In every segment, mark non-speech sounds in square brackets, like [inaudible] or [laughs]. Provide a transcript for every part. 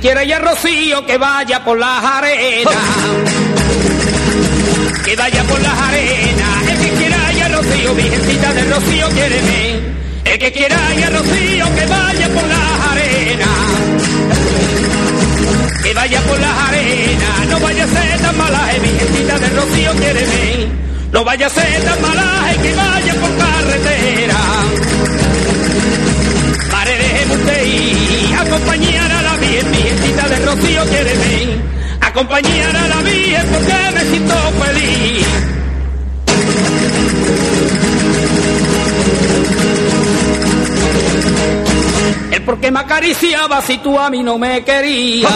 quiere ella Rocío que vaya por las arenas. Que vaya por las arenas. El que quiera ella Rocío, virgencita de Rocío, quiéreme. El que quiera ella Rocío que vaya por las arenas. Que vaya por las arenas. No vaya a ser tan mala, eh, virgencita de Rocío, quiéreme. No vaya a ser tan mala, eh, que vaya por carretera. Mare, déjeme usted ir, acompañar a la Virgen, virgencita de Rocío, quiéreme. Acompañar a la Virgen porque me siento feliz. El porque me acariciaba si tú a mí no me querías.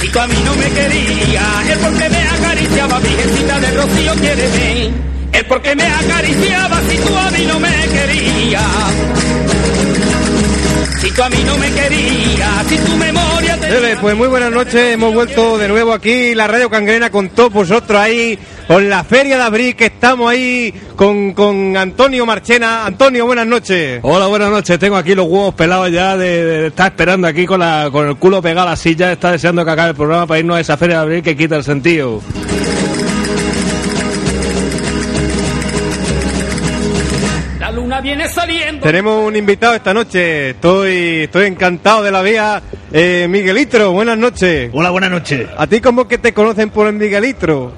Si tú a mí no me querías, el porque me acariciaba, virgencita de Rocío, quiéreme. Es porque me acariciaba si tú a mí no me querías. Si tú a mí no me querías, si tu memoria te... Bebe, pues muy buenas noches, hemos vuelto de nuevo aquí, la Radio Cangrena con todos vosotros ahí, con la Feria de Abril, que estamos ahí con, con Antonio Marchena. Antonio, buenas noches. Hola, buenas noches, tengo aquí los huevos pelados ya, de, de- de estar esperando aquí con, la, con el culo pegado a la silla, está deseando que acabe el programa para irnos a esa Feria de Abril que quita el sentido. La luna viene saliendo. Tenemos un invitado esta noche, estoy, estoy encantado de la vía. Eh, Miguelitro, buenas noches. Hola, buenas noches. ¿A ti cómo es que te conocen por el Miguelitro?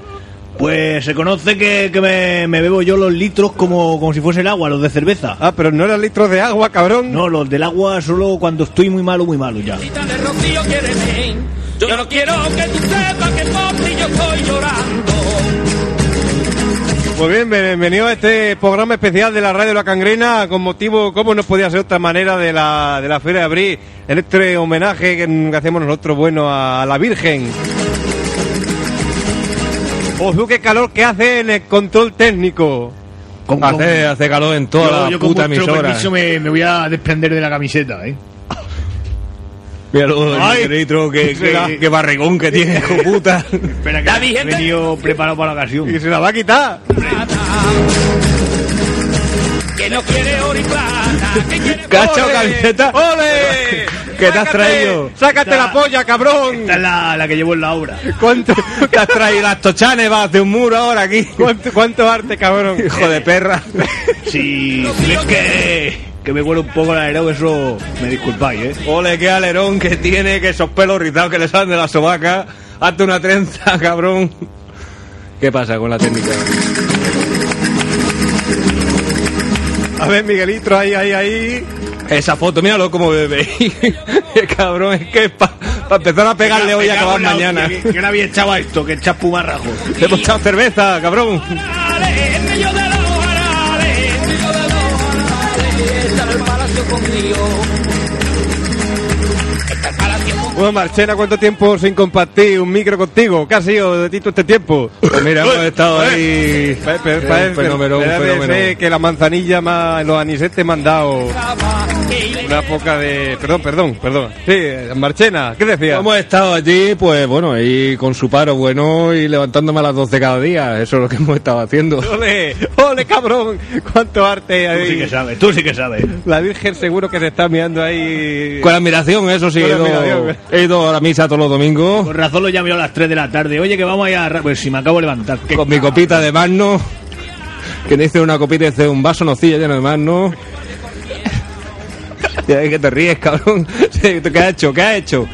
Pues se conoce que, que me, me bebo yo los litros como, como si fuese el agua, los de cerveza. Ah, pero no eran litros de agua, cabrón. No, los del agua solo cuando estoy muy malo, muy malo ya. Virgencita de Rocío, quiéreme. Yo no quiero que tú sepas que por ti yo estoy llorando. Muy bien, bienvenido a este programa especial de la Radio La Cangrena con motivo, como no podía ser de otra manera, de la, de la Feria de Abril, en este homenaje que mm, que hacemos nosotros, bueno, a, a la Virgen. Ojo, qué calor que hace en el control técnico. Con- con- Hace, hace calor en toda la yo, yo con puta vuestro emisora. permiso me, me voy a desprender de la camiseta, ¿eh? Mira luego el Ay. [laughs] Miguelitro, que, que, Sí. que barrigón que tiene, hijo puta. [laughs] Espera, La que he Virgen de- venido preparado para la ocasión. Y se la va a quitar. Que no quiere oro y plata, que quiere... Cacho ¡Ole! camiseta. ¡Ole! ¿Qué te has Sácate- traído? ¡Sácate la polla, cabrón! Esta es la, la que llevo en la obra. ¿Cuánto, [laughs] Te has traído las tochanes, vas de un muro ahora aquí. cuánto, cuánto arte, cabrón? Hijo de perra. Si crees que, que me huele un poco la aero, eso me disculpáis, ¿eh? Ole, qué alerón que tiene, que esos pelos rizados que le salen de la sobaca. Hazte una trenza, cabrón. ¿Qué pasa con la técnica? A ver, Miguelitro, ahí, ahí, ahí. Esa foto, míralo como bebe. [laughs] Qué cabrón, es que para empezar a pegarle hoy y Me cago acabar en la hostia, mañana. Que, que no había echado esto, que echas pumarrajo. Te hemos echado cerveza, cabrón. Jarales, el niño de los jarales, el niño de los jarales, está en el palacio conmigo. Está en el palacio conmigo. Bueno, Marchena, ¿cuánto tiempo sin compartir un micro contigo? ¿Qué ha sido de ti todo este tiempo? Pues [laughs] mira, hemos estado ahí. Pa- pa- Era parece- un fenómeno, un parece fenómeno. que la manzanilla, más, los anisetes me han dado una poca de... Perdón, perdón, perdón. Sí, Marchena, ¿qué decías? Hemos estado allí, pues bueno, y con su paro bueno y levantándome a las 12 cada día. Eso es lo que hemos estado [laughs] haciendo. ¡Ole! ¡Ole, cabrón! ¡Cuánto arte Tú sí hay! que sabes, tú sí que sabes. la Virgen seguro que te está mirando ahí... Con admiración, eso sí, he Con ido, admiración. he ido a la misa todos los domingos Con razón lo llamé yo a las 3 de la tarde. Oye, que vamos allá. a ra- Pues si me acabo de levantar. ¿qué? con mi copita de magno. Que me hice una copita y hice un vaso nocilla lleno de magno. Ya ves que te ríes, cabrón. [laughs] Sí, ¿tú ¿Qué ha hecho? ¿Qué ha hecho?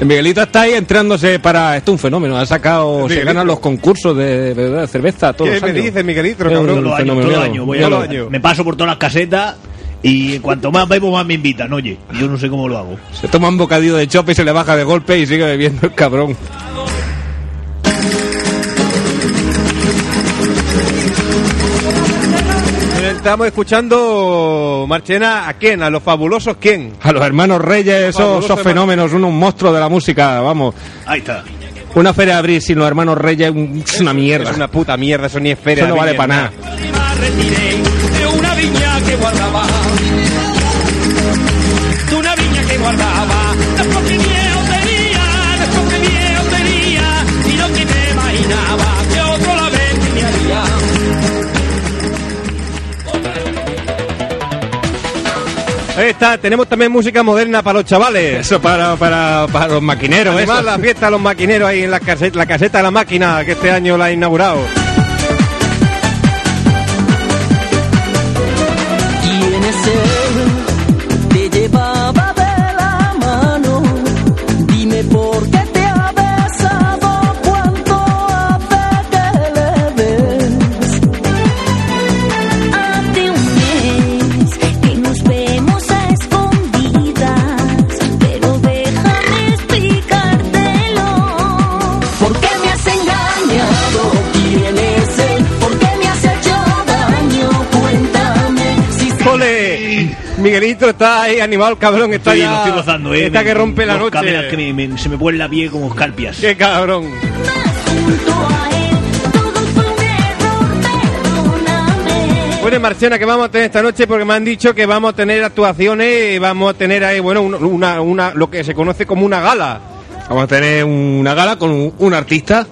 El Miguelito está ahí entrándose para. Esto es un fenómeno. Ha sacado. Se Miguelito. ganan los concursos de, de- de cerveza todos ¿Qué los me años. dices, Miguelitro, Eh, Todos cabrón? los años, fenómeno, todos los mira, años. voy todos a- los años. Me paso por todas las casetas y cuanto más bebo, más me invitan. Oye, yo no sé cómo lo hago. Se toma un bocadillo de chope y se le baja de golpe y sigue bebiendo el cabrón. Estamos escuchando, Marchena, ¿a quién? ¿A los fabulosos quién? A los hermanos Reyes, esos, Fabuloso esos fenómenos, unos monstruos de la música, vamos. Ahí está. Una feria de abril sin los hermanos Reyes un- es una mierda. Es una puta mierda, eso ni es feria. Eso no ni vale es para nada. Me retiré de una viña que guardaba. De una viña que guardaba. Después que miedo tenía, después que miedo tenía. Y lo que me imaginaba que otro la vendría. Ahí está, tenemos también música moderna para los chavales. Eso para, para, para los maquineros, Además, eso. la fiesta de los maquineros ahí en la caseta, la caseta de la máquina que este año la ha inaugurado. Tiene sed, te llevaba de la mano. Dime por qué te ha besado, cuánto hace que le ves. Hace un mes que nos vemos a escondidas, pero déjame explicártelo. ¿Por qué me has engañado? ¿Quién es él? ¿Por qué me has hecho daño? Cuéntame si se ¡Ole! Miguelito está ahí animado, el cabrón. Está Estoy, ya- lo estoy gozando, eh. Está Me- que rompe la los noche. caderas que me- me- se me pueden la piel como escarpias. ¡Qué cabrón! Más junto a él, todo fue un error, perdóname. Bueno, Marchena, que vamos a tener esta noche porque me han dicho que vamos a tener actuaciones, vamos a tener ahí, bueno, un- una, una, lo que se conoce como una gala. Vamos a tener una gala con un, un artista.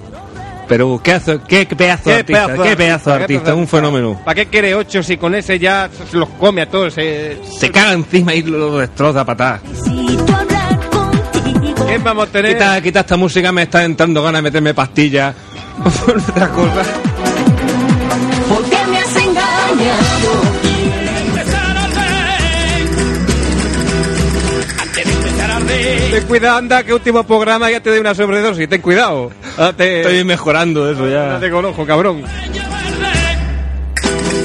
Pero qué, hace- qué pedazo de artista, qué pedazo de qué artista, pedazo de un artista. fenómeno. ¿Para qué quiere ocho si con ese ya se los come a todos? eh? Se caga encima y lo destroza a patadas. Necesito hablar contigo. ¿Qué vamos a tener? Quita, quita esta música, me está entrando ganas de meterme pastillas. [laughs] Por otras cosas. ¿Por qué me has engañado? empezar a arder, antes de empezar a arder, Ten cuidado, anda, que último programa ya te doy una sobredosis, ten cuidado. Ah, te- Estoy mejorando eso ya. no te conozco, cabrón. yo verde.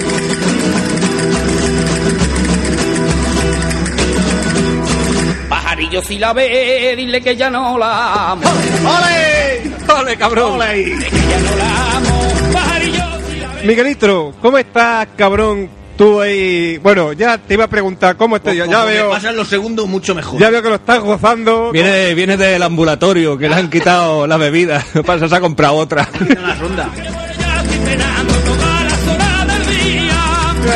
Pajarillo si la ve, dile que ya no la amo, ¡Ole! ¡Ole, cabrón! que ya no la amo. Pajarillo si la ve. Miguelitro, ¿cómo estás, cabrón? Tú ahí... Bueno, ya te iba a preguntar cómo estás. Ya, ya Conforme veo, Pasan los segundos mucho mejor. ya veo que lo estás gozando. Viene, de- viene del ambulatorio, que le han quitado la bebida. [laughs] Pasa, se ha [laughs] comprado otra. la ronda. Que bueno, ya estoy cenando todas las horas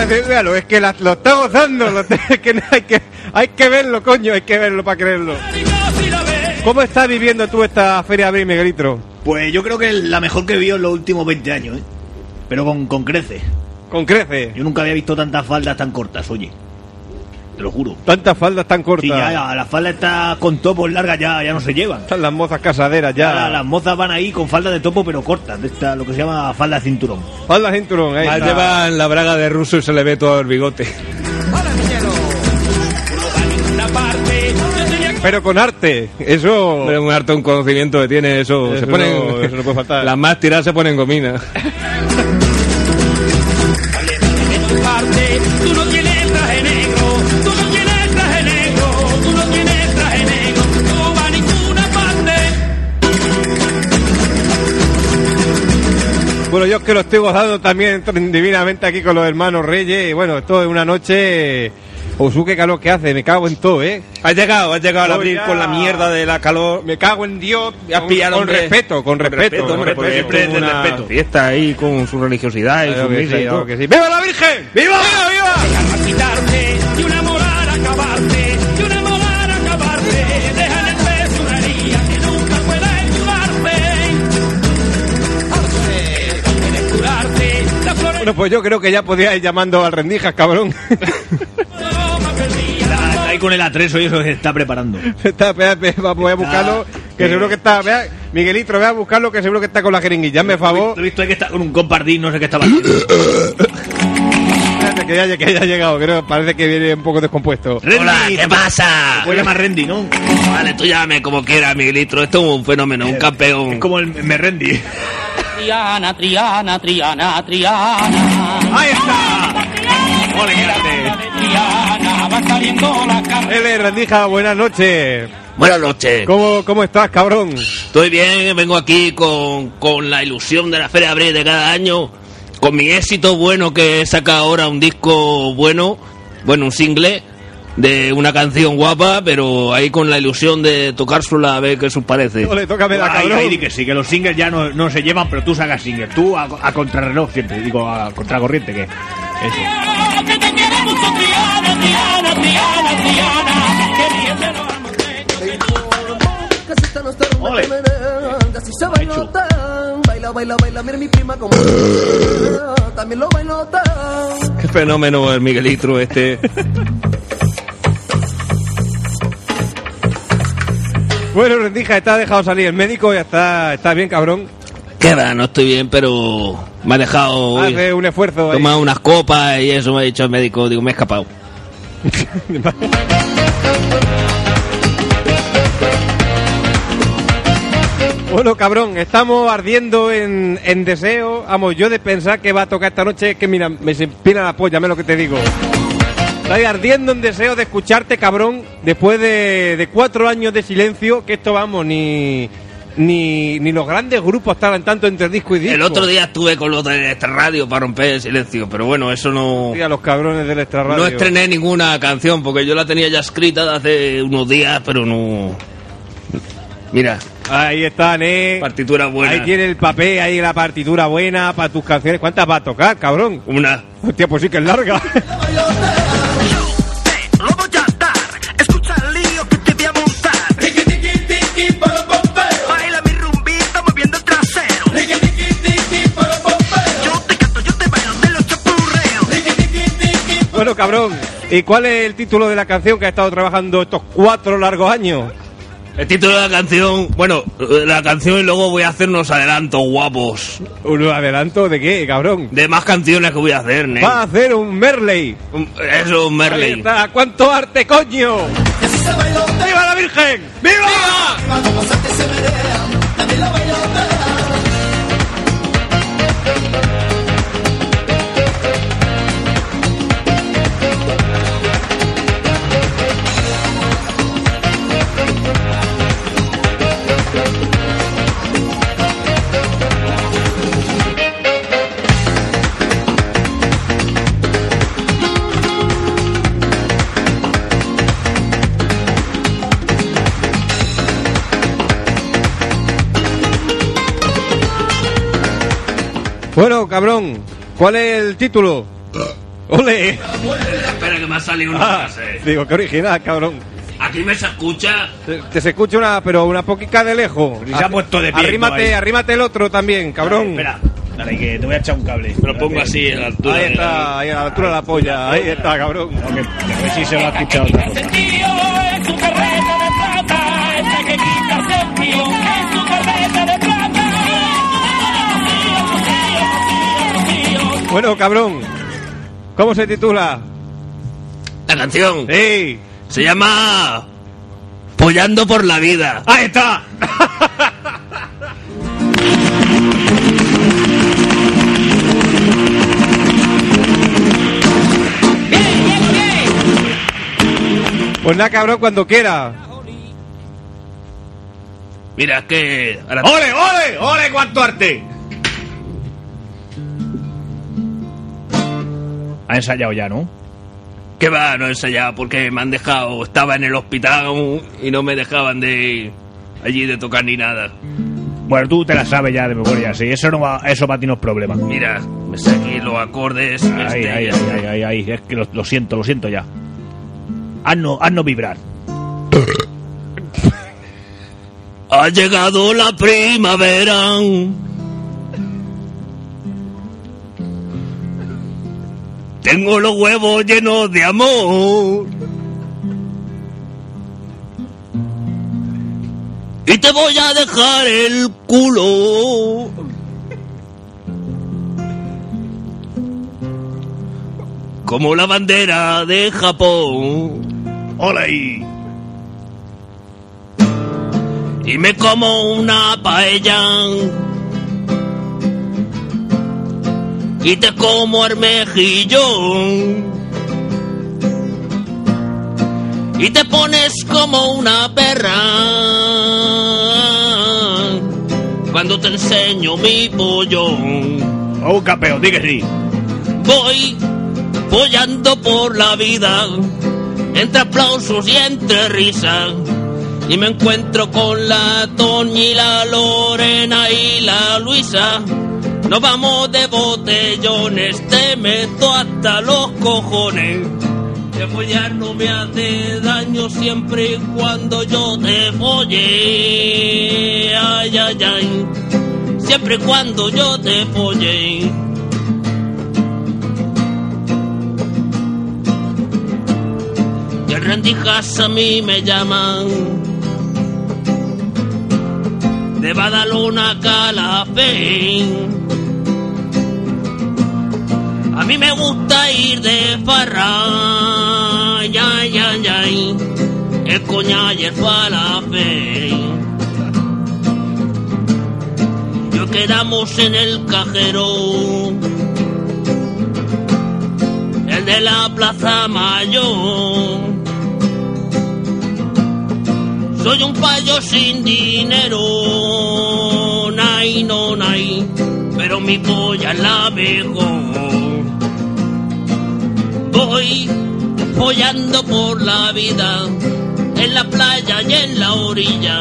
del día. Véalo, es que la- lo está [laughs] gozando. lo- es que no hay, que, hay que verlo, coño, hay que verlo para creerlo. Pajarillo si la ve. ¿Cómo estás viviendo tú esta Feria de Abril, Miguelitro? Pues yo creo que es la mejor que he vivido en los últimos 20 años, ¿eh? Pero con, con creces. Con creces. Yo nunca había visto tantas faldas tan cortas, oye. Te lo juro. Tantas faldas tan cortas. Sí, ya, ya, las faldas estas con topos largas ya, ya no se llevan. Están las mozas casaderas ya. Ahora las mozas van ahí con faldas de topo pero cortas, de esta, lo que se llama falda de cinturón. Faldas cinturón, ahí Más está. llevan la braga de ruso y se le ve todo el bigote. No va a ninguna parte. Yo tenía Pero con arte. Eso... Hombre, un harto un conocimiento que tiene eso. Eso se ponen, no- eso no puede faltar. [laughs] Las más tiradas se ponen gomina. que parte. Tú no tienes traje negro. Tú no tienes traje negro. Tú no tienes traje negro. No va a ninguna parte. Bueno, yo es que lo estoy gozando también divinamente aquí con los hermanos Reyes. Y bueno, esto es una noche. Osu, qué calor que hace, me cago en todo, ¿eh? Has llegado, has llegado al Oh, abrir ya. con la mierda de la calor. Me cago en Dios. Has con, pillado, con hombre. respeto, con respeto. con hombre, porque respeto. esto es Una- una Fiesta ahí con su religiosidad y Claro su que misa sí, y claro todo. que sí. ¡Viva la Virgen! ¡Viva! ¡Viva! Dejarla quitarte y una moral acabarte y una moral acabarte. Déjale el pesurería que nunca puedes curarte. Puedes curarte. La flor Bueno, pues yo creo que ya podías ir llamando al rendijas, cabrón. Ah, está ahí con el atrezo y eso se está preparando. [laughs] está, vea, vea, va, voy a buscarlo, que eh. seguro que está. Vea, Miguelito, ve a buscarlo, que seguro que está con la jeringuilla. Hazme favor. Lo he visto ahí que está con un compardín, no sé qué estaba haciendo. Espérate, que ya, que ya ha llegado, creo. Parece que viene un poco descompuesto. Randy, Hola, ¿qué pasa? Puede llamar Randy, ¿no? Vale, tú llámame como quieras, Miguelitro. Esto es un fenómeno, un Es campeón. como el Merrendi. Triana, Triana, Triana, Triana. ¡Ahí está! ¡Ole, qué grande! Triana, va saliendo la carne. L. Rendija, buenas noches. Buenas noches. ¿Cómo, ¿Cómo estás, cabrón? Estoy bien, vengo aquí con, con la ilusión de la Feria de Abril de cada año, con mi éxito bueno que saca ahora un disco bueno, bueno, un single de una canción guapa, pero ahí con la ilusión de tocársela a ver qué os [laughs] parece. Ole, tócame la Ahí, cabrón. ahí di que sí, que los singles ya no, no se llevan, pero tú sacas singles. Tú a, a contrarreloj siempre, digo a contracorriente, que eso. Que te quiere mucho Triana, Triana, Triana, Triana. Que bien te lo amo. Casi esta noche rumba Ole. que me dan, así se baila tan. Baila, baila, baila, mira mi prima como también lo bailo tan. Qué fenómeno el Miguelitro este. Bueno, Rendija, está dejado salir el médico, ya está, está bien, cabrón. Qué va, no estoy bien, pero me ha dejado. hoy. Hace Ah, un esfuerzo. ahí. Toma unas copas y eso me ha dicho el médico. Digo, me he escapado. [laughs] Bueno, cabrón, estamos ardiendo en, en deseo. Vamos, yo de pensar que va a tocar esta noche, que mira, me se empina la polla, me lo que te digo. Estoy ardiendo en deseo de escucharte, cabrón, después de, de cuatro años de silencio, que esto, vamos, ni, ni, ni los grandes grupos estaban tanto entre disco y disco. El otro día estuve con los de esta radio para romper el silencio, pero bueno, eso no. Hostia, los cabrones del extrarradio. No estrené ninguna canción porque yo la tenía ya escrita de hace unos días, pero no. Mira, Ahí están, eh. partitura buena. Ahí tiene el papel, ahí la partitura buena para tus canciones. ¿Cuántas va a tocar, cabrón? Una. Hostia, pues sí que es [laughs] larga. Lo voy a dar, escucha el lío que te voy a montar. Tiki tiki tiki para los bomberos. Baila mi rumbita moviendo el trasero. Tiki tiki tiki para los bomberos. Yo te canto, yo te bailo de los chapurreos. Tiki tiki tiki. bueno, cabrón. ¿Y cuál es el título de la canción que has estado trabajando estos cuatro largos años? El título de la canción, bueno, la canción y luego voy a hacer unos adelantos guapos ¿Un adelanto de qué, cabrón? de más canciones que voy a hacer, ¿eh? Va a hacer un Merley. Un- Eso, un Ahí Merley. está. ¿Cuánto arte, coño? ¡Viva la Virgen! ¡Viva! Bueno, cabrón, ¿cuál es el [laughs] título? ¡Ole! Espera que me ha salido una Ah, frase. digo, qué original, cabrón. Aquí me se escucha. Te, te se escucha una, pero una poquita de lejos. Se ha puesto de pie, Arrímate, ahí. arrímate el otro también, cabrón. Espera, dale, que te voy a echar un cable. Lo pongo así en la altura. Ahí de- está, ahí a la altura de la polla. Ahí está, cabrón. Porque- a ver si se va a escuchar otra cosa. Bueno, cabrón. ¿Cómo se titula? La canción ¡Ey! se llama. Pollando por la vida. ¡Ahí está! Pues nada, cabrón, cuando quiera. Mira, es que. ahora- ¡Ole, ole, ole, cuánto arte! Ha ensayado ya, ¿no? ¿Qué va? No ensayaba porque me han dejado. Estaba en el hospital aún y no me dejaban de allí de tocar ni nada. Bueno, tú te la sabes ya de memoria, sí. Eso, no va, eso para ti no es problema. Mira, me sé aquí los acordes. Ahí, este, ahí, ahí, ahí, ahí, ahí. Es que lo, lo siento, lo siento ya. Haznos, haznos vibrar. Ha llegado la primavera. Tengo los huevos llenos de amor. Y te voy a dejar el culo. Como la bandera de Japón. ¡Ole! ahí! y me como una paella. Y te como el mejillón. Y te pones como una perra. Cuando te enseño mi pollón. ¡Oh, campeón, di que sí! Voy follando por la vida, entre aplausos y entre risas. Y me encuentro con la Toñi, la Lorena y la Luisa. Nos vamos de botellones, te este meto hasta los cojones. Que follar no me hace daño siempre y cuando yo te folle. Ay, ay, ay. Siempre y cuando yo te folle. que rendijas a mí me llaman. de Badalona, Calafén. A mí me gusta ir de farra, ya, ya, ya, el coña y el falafel. Yo quedamos en el cajero, el de la Plaza Mayor. Soy un payo sin dinero, nay, no, nay, pero mi polla es la mejor. Voy follando por la vida, en la playa y en la orilla,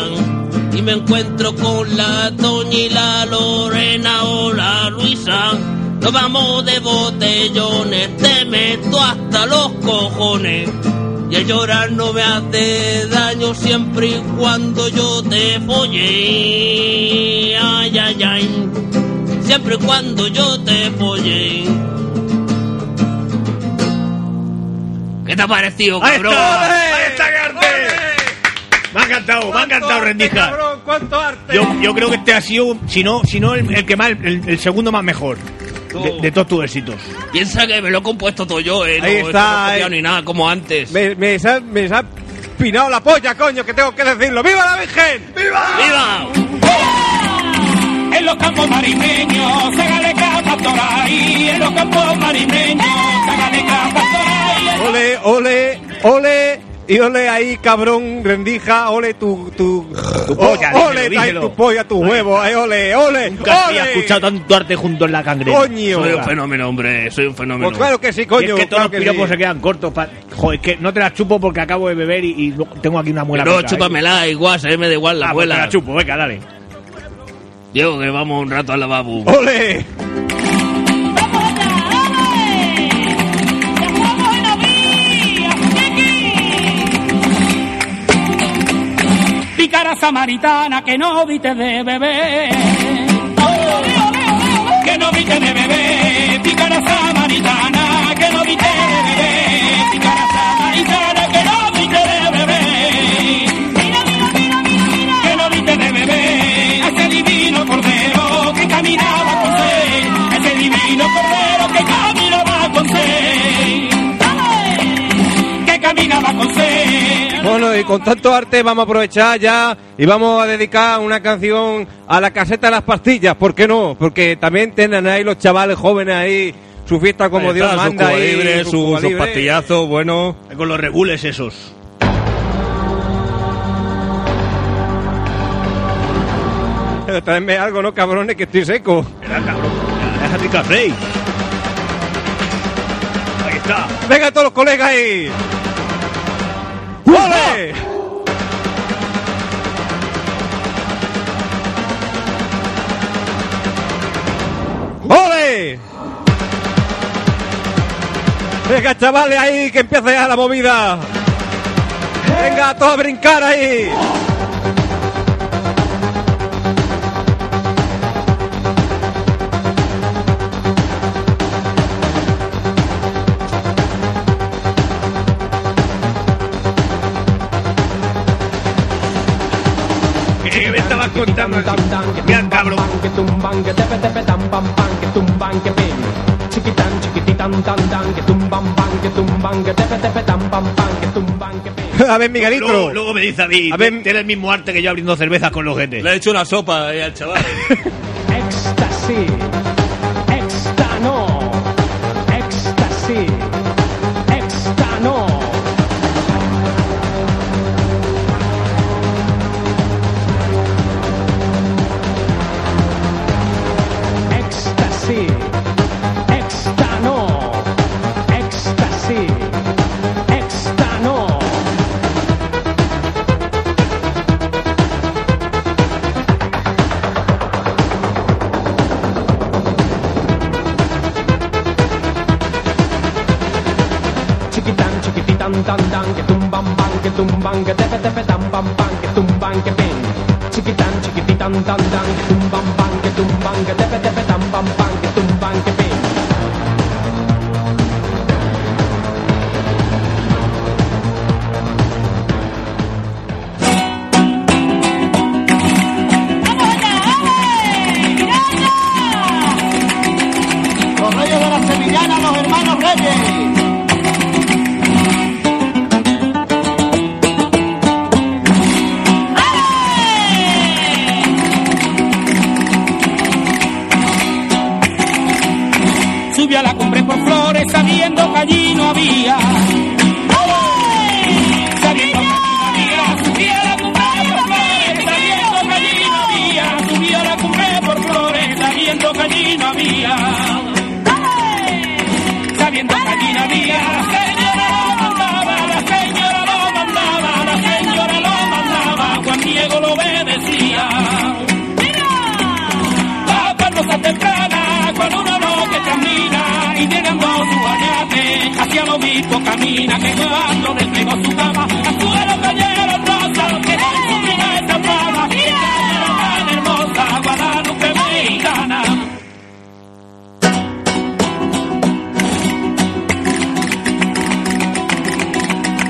y me encuentro con la Doña y la Lorena o la Luisa. Nos vamos de botellones, te meto hasta los cojones. Y el llorar no me hace daño siempre y cuando yo te folle. Ay, ay, ay. Siempre y cuando yo te folle. ¿Qué te ha parecido, cabrón? ¡Ahí está, qué arte! Me ha encantado, me ha encantado, rendija. Cabrón, ¿Cuánto arte? Yo, yo creo que este ha sido, si no, si no el, el que más, el, el segundo más mejor de, de todos tus éxitos. Piensa que me lo he compuesto todo yo, eh. Ahí no, está, esto no he copiado eh. ni nada, como antes. Me, me, se ha, me se ha pinado la polla, coño, que tengo que decirlo. ¡Viva la Virgen! ¡Viva! En los campos marimeños, hágale capa y en los campos marimeños, hágale capa Ole, ole, ole. Y ole ahí, cabrón, rendija, ole tu... Tu, Tu polla, Oh, díselo, ole, díselo. tu polla, tus huevos, ahí, ole, ole, Nunca había ole. escuchado tanto arte junto en la cangrena. Coño. Soy un fenómeno, hombre, soy un fenómeno. Pues claro que sí, Y coño. es que todos claro los que piropos sí. se quedan cortos. pa- Joder, es que no te las chupo porque acabo de beber y, y no- tengo aquí una muela. no, picada, ¿eh? chúpamela, igual, se me da igual la Ah, pues te abuela. la chupo, venga, dale. Diego, que vamos un rato al lavabo. Ole. y cara samaritana que no diste de bebé. Que no diste de bebé, pícara samaritana, que no diste de bebé, pícara samaritana, que no diste de bebé. Que no diste de bebé, a ese divino cordero que caminaba con fe, ese divino cordero que caminaba con fe. Que caminaba con fe. Bueno, y con tanto arte vamos a aprovechar ya y vamos a dedicar una canción a la caseta de las pastillas, ¿por qué no? Porque también tienen ahí los chavales jóvenes ahí su fiesta como Ahí Dios está, su manda Cuba ahí, libre, su- Cuba sus libre. pastillazos, bueno. Con los regules esos. [laughs] Pero Traedme algo, ¿no, cabrones? Que estoy seco. Era cabrón. Déjate café. Ahí está. Venga todos los colegas ahí. ¡Ole! ¡Ole! Venga, chavales, ahí, que empiece ya la movida. Venga, todos a brincar ahí. ¿Qué Eh, me estabas contando? Mira, cabrón. que tumban, que tepe tepe tan pam pam, que tumban, que pim. Chiquitán, chiquititán, tan tan, que tumban, pan, que tumban, que tepe tepe tan pam pam, que tumban, que pim. [laughs] A ver, Miguelito. Luego, luego me dice a mí, A ver- tiene el mismo arte que yo abriendo cervezas con los gente. he hecho una sopa ahí al chaval. Éxtasis, éxtano, éxtasis, éxtano. Éxtasis, éxtano, éxtasis, éxtano. chiquitán, chiquititán, tan tan, que tumban, pan, que tumban, que tepe, tepe, tan, pan, pan, que tumban, que pin. Chiquitán, chiquititán, tan tan, que tumban, pan, que tumban, que tepe, tepe, tan, pan, pan, que tumban, que pin. ¡Vamos sevillana, los hermanos Reyes. Subí a la cumbre por flores sabiendo que allí no había. Sabiendo que allí no había. Subí a la cumbre por flores sabiendo que allí no había. Subí a la cumbre por flores sabiendo que allí no había. Sabiendo que allí no había. La señora lo mandaba, la señora lo mandaba, la señora lo mandaba. Juan Diego lo obedecía. Va por rosa temprana con uno lo que camina y llegando a su guayate hacia lo mismo camina que cuando despegó su cama al suelo cayeron rosas que en su vida estampaba y cayeron tan hermosa Guadalupe mexicana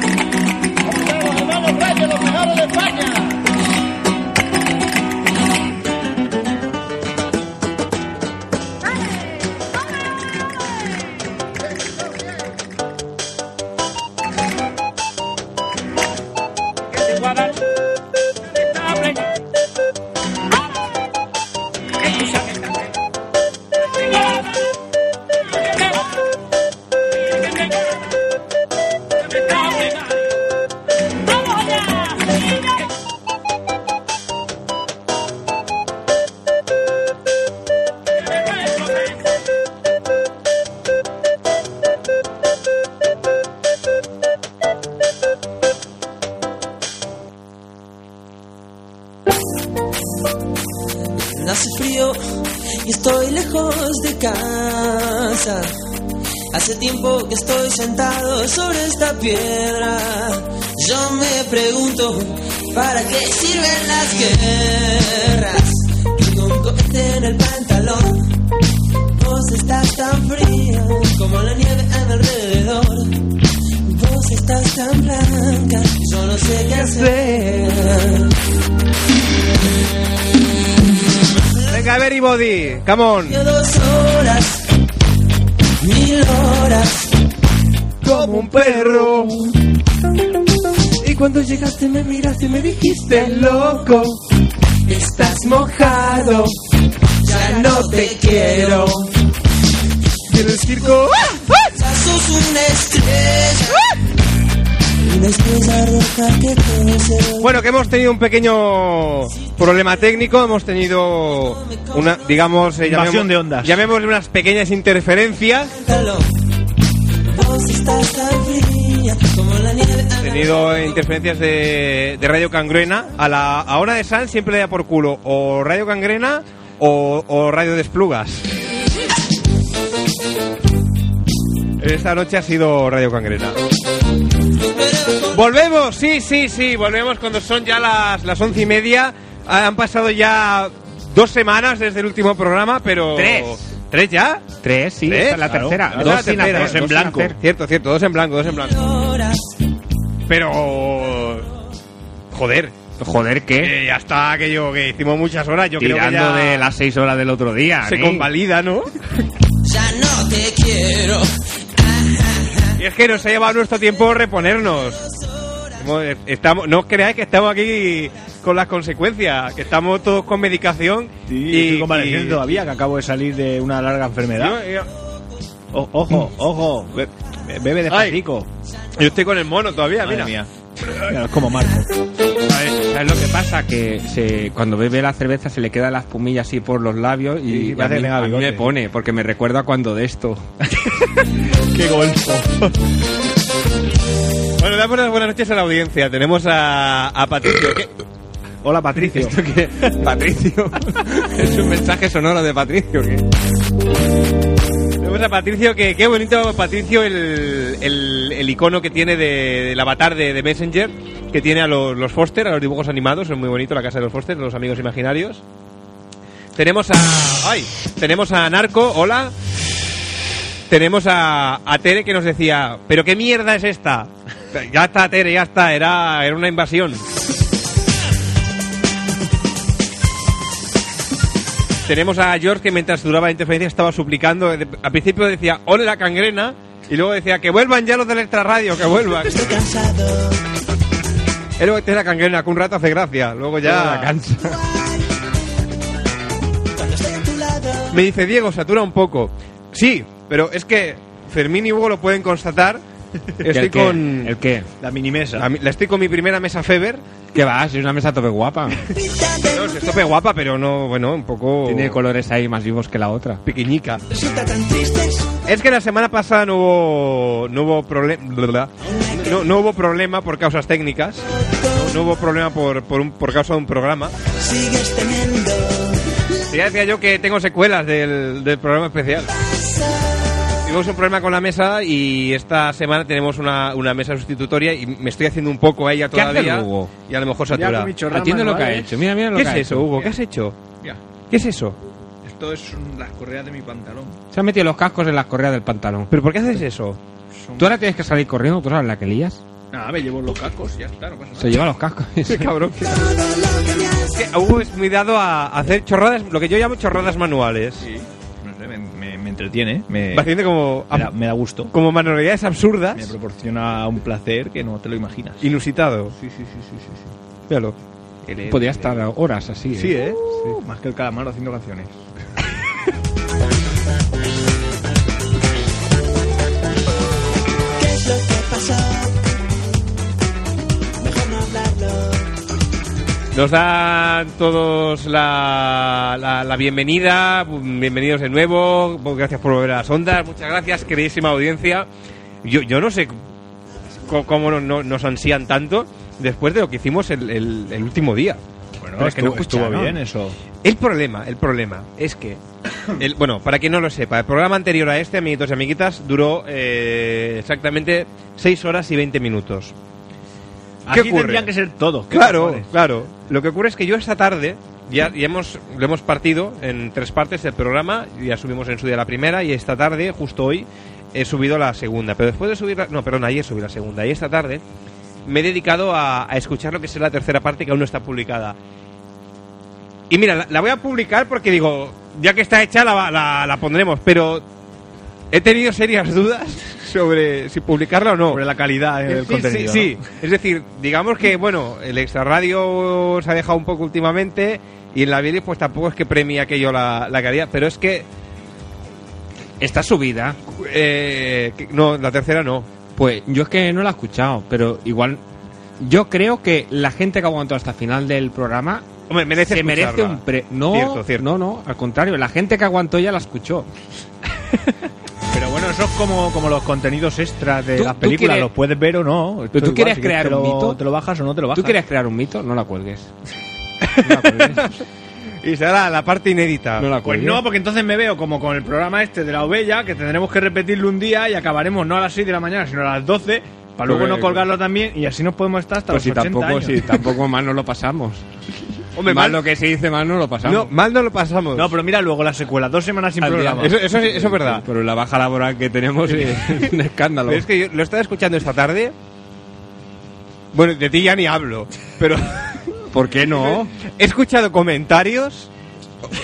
Los hermanos Reyes, los mejores de España. Hace frío y estoy lejos de casa. Hace tiempo que estoy sentado sobre esta piedra. Yo me pregunto, ¿para qué sirven las guerras? Tengo un cohete en el pantalón. Vos estás tan fría como la nieve a mi alrededor. Vos estás tan blanca, yo no sé qué hacer. Venga, everybody, come on. Yo dos horas, mil horas. Como un perro. Y cuando llegaste me miraste y me dijiste loco, estás mojado, ya no te quiero. ¿Quieres circo? "Ah, Ya sos una estrella, una estrella roja que crece. Bueno, que hemos tenido un pequeño problema técnico, hemos tenido una, digamos, eh, Invasión llamemos- de ondas. Llamémosle unas pequeñas interferencias. Calor. Vos estás tan fría como la nieve. Ah, a la- tenido interferencias de, de Radio Cangrena. A la a hora de San siempre le da por culo o Radio Cangrena o, o Radio Desplugas. Esta noche ha sido Radio Cangrena. Volvemos, sí, sí, sí, volvemos cuando son ya las, las once y media. Ah, Han pasado ya dos semanas desde el último programa, pero... Tres. ¿Tres ya? Tres, sí, ¿Tres? esta es la Claro, tercera. claro, ¿Eh? dos la sin tercera, hacer, dos en sin blanco. hacer. Cierto, cierto, dos en blanco, dos en blanco. Horas. Pero. Joder. Joder, ¿qué? eh, ya está aquello que hicimos muchas horas. Yo Tirando creo que ya de las seis horas del otro día. se ¿eh? convalida, ¿no? Ya no te quiero. y es que nos ha llevado nuestro tiempo reponernos. Hemos- eh, Estamos, no os creáis que estamos aquí con las consecuencias, que estamos todos con medicación Sí, y, estoy convaleciendo y- todavía, que acabo de salir de una larga enfermedad. Yo, yo- O- ojo, ojo, be- be- bebe de Ay. patico. yo estoy con el mono todavía, mira. Mira, es como Marco. ¿Sabes lo que pasa? Que se- cuando bebe la cerveza se le queda la espumilla así por los labios y, Sí, y a, parece que mí, tenga a mí bigote. me pone, porque me recuerda cuando de [laughs] esto. Qué golfo. Bueno, damos las buenas noches a la audiencia. Tenemos a, a Patricio. ¿Qué? Hola, Patricio. ¿Esto qué? [laughs] [laughs] Patricio. es un mensaje sonoro de Patricio. ¿qué? Vemos a Patricio, que qué bonito Patricio el, el, el icono que tiene de- del avatar de, de Messenger, que tiene a los, los Foster, a los dibujos animados, es muy bonito la casa de los Foster, los amigos imaginarios. Tenemos a. ¡Ay! Tenemos a Narco, hola. Tenemos a, a Tere que nos decía, ¿pero qué mierda es esta? Ya está, Tere, ya está, era, era una invasión. Tenemos a George que mientras duraba la interferencia estaba suplicando. eh, De- Al principio decía, ole la cangrena. Y luego decía, que vuelvan ya los del extra radio, que vuelvan. Estoy cansado. Él luego tiene la cangrena, que un rato hace gracia. Luego ya. cansa. Me dice, Diego, satura un poco. Sí, pero es que Fermín y Hugo lo pueden [laughs] constatar. Estoy ¿El qué? con. ¿El qué? La minimesa. La, estoy con mi primera mesa Feber. ¿Qué va? Si es una mesa tope guapa. No, es tope guapa, pero no, bueno, un poco. Tiene colores ahí más vivos que la otra. Pequeñica. Es que la semana pasada no hubo, no hubo problema. No, no hubo problema por causas técnicas. No, no hubo problema por, por, un- por causa de un programa. Sigues teniendo. Y Ya decía yo que tengo secuelas del, del programa especial. Tuvimos un problema con la mesa y esta semana tenemos una, una mesa sustitutoria y me estoy haciendo un poco a ella ¿Qué hace todavía. el Hugo? Y a lo mejor satura. Atiende lo que ha hecho. Mira, mira lo ¿Qué que es ha eso, hecho. Hugo? ¿Qué has hecho? Mira, ¿Qué es eso? esto es un- las correas de mi pantalón. Se han metido los cascos en las correas del pantalón. ¿Pero por qué haces eso? Tú ahora tienes que salir corriendo, tú sabes la que lías. Nada, me llevo los cascos y ya está, no pasa nada. Se lleva los cascos. [laughs] [laughs] Qué cabrón. Que Hugo es muy dado a hacer chorradas, lo que yo llamo chorradas manuales. No sé, me, me- me entretiene, me, Bastante como. me da, me da gusto. Como manualidades absurdas. Me proporciona un placer que no te lo imaginas. Inusitado. Sí, sí, sí, sí, sí. sí. Míralo. Él es- Podría estar horas así. E Sí, ¿eh? Más que el calamar haciendo canciones. ¿Qué es lo que pasó? Mejor no hablarlo. Nos dan todos la, la- la bienvenida, bienvenidos de nuevo, gracias por volver a las ondas, muchas gracias, queridísima audiencia. Yo, yo no sé co- cómo no- no- nos ansían tanto después de lo que hicimos el, el- el último día. Bueno, Pero es que no estuvo- estuvo escucharon. bien eso. El problema, el problema es [coughs] que, el- bueno, para quien no lo sepa, el programa anterior a este, amiguitos y amiguitas, duró eh, exactamente 6 horas y 20 minutos. Aquí tendrían que ser todos. ¿qué Claro, cojones? claro. Lo que ocurre es que yo esta tarde ya, ya hemos lo hemos partido en tres partes del programa. Ya subimos en su día la primera y esta tarde, justo hoy, he subido la segunda. Pero después de subir, la, no, perdón, ayer subí la segunda y esta tarde me he dedicado a, a escuchar lo que es la tercera parte que aún no está publicada. Y mira, la, la voy a publicar porque digo, ya que está hecha la, la- la pondremos, pero he tenido serias [laughs] dudas sobre si publicarla o no. Sobre la calidad del contenido, Sí, ¿no? sí. Es decir, digamos que, bueno, el extrarradio se ha dejado un poco últimamente y en la Bilis pues tampoco es que premie aquello la, la calidad, pero es que... Está subida. Eh, no, la tercera no. Pues yo es que no la he escuchado, pero igual. Yo creo que la gente que ha aguantado hasta el final del programa. Hombre, merece se merece escucharla. un pre. No, Cierto, cierto. no, no, al contrario, la gente que aguantó ya la escuchó. [laughs] Pero bueno, eso es como, como los contenidos extras de ¿Tú- Eh, las tú películas. quieres- Los puedes ver o no. Pero Esto tú igual, quieres si crear te lo- un mito. ¿Te lo bajas o no te lo bajas? ¿Tú quieres crear un mito? No la [laughs] cuelgues. Y será la, la parte inédita. No la Pues cuelgues. no, porque entonces me veo como con el programa este de la ovella, que tendremos que repetirlo un día y acabaremos no a las 6 de la mañana, sino a las 12, Pues, para luego eh, Porque- no colgarlo también y así nos podemos estar hasta Pues si los 80 tampoco, años. si tampoco más no lo pasamos. Hombre, más mal- lo que se dice más no lo pasamos. No, mal no lo pasamos. No, pero mira luego la secuela, dos semanas [laughs] sin Al día- programa. Eso- eso- eso es verdad. Pero la baja laboral que tenemos es [laughs] un escándalo. Pero es que yo lo estaba escuchando esta tarde. Bueno, de ti ya ni hablo, pero [laughs] ¿Por qué no? he escuchado comentarios.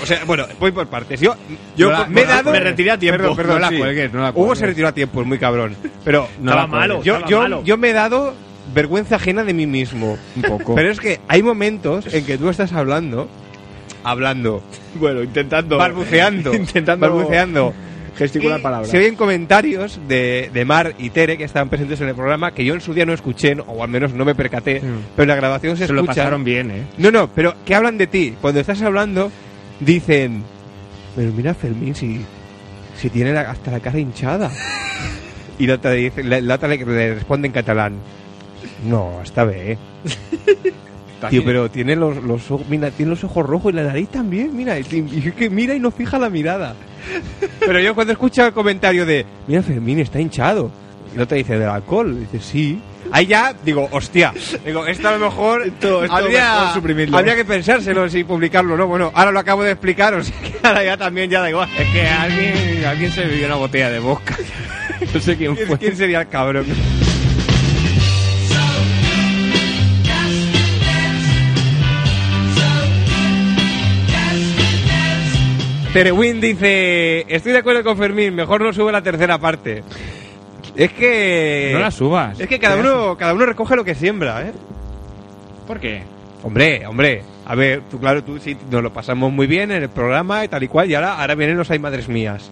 O sea, bueno, voy por partes. Yo, yo No la- me he no la- dado. me retiré a tiempo. Perdón, perdón, No la sí. cuelgues, no la Hugo cuelgues. se retiró a tiempo, es muy cabrón. Pero No estaba la cuelgues. malo, yo, estaba yo, malo. yo me he dado vergüenza ajena de mí mismo. Un poco. Pero es que hay momentos en que tú estás hablando, hablando, Bueno, intentando... balbuceando, intentando... balbuceando. Gesticular Y palabras. Se oyen comentarios de, de Mar y Tere, que estaban presentes en el programa, que yo en su día no escuché, no- o al menos no me percaté, pero en la grabación se, Se lo escucha. pasaron bien, ¿eh? No, no, pero que hablan de ti. Cuando estás hablando, dicen. Pero mira Fermín si, si tiene la- hasta la cara hinchada. [laughs] y la otra, le dice- la, la otra le, le responde en catalán. No, está bien. Tío, pero tiene los, los ojos- mira, tiene los ojos rojos y la nariz también, mira, y, y es que mira y no fija la mirada. Pero yo cuando escucho el comentario de, mira Fermín, está hinchado. Y no te dice del alcohol, dice sí. Ahí ya digo, hostia, digo, esto a lo mejor Esto- esto habría, mejor suprimirlo. habría que pensárselo si publicarlo, ¿no? Bueno, ahora lo acabo de explicar, o sea que ahora ya también ya da igual. Es que alguien, alguien se bebió una botella de [laughs] vodka. No sé quién ¿Quién, fue. quién sería el cabrón? Terewin dice: Estoy de acuerdo con Fermín, mejor no sube la tercera parte. Es que. No la subas. Es que cada uno, cada uno recoge lo que siembra, ¿eh? ¿Por qué? Hombre, hombre. A ver, tú, claro, tú sí, nos lo pasamos muy bien en el programa y tal y cual, y ahora, ahora vienen los Hay Madres Mías.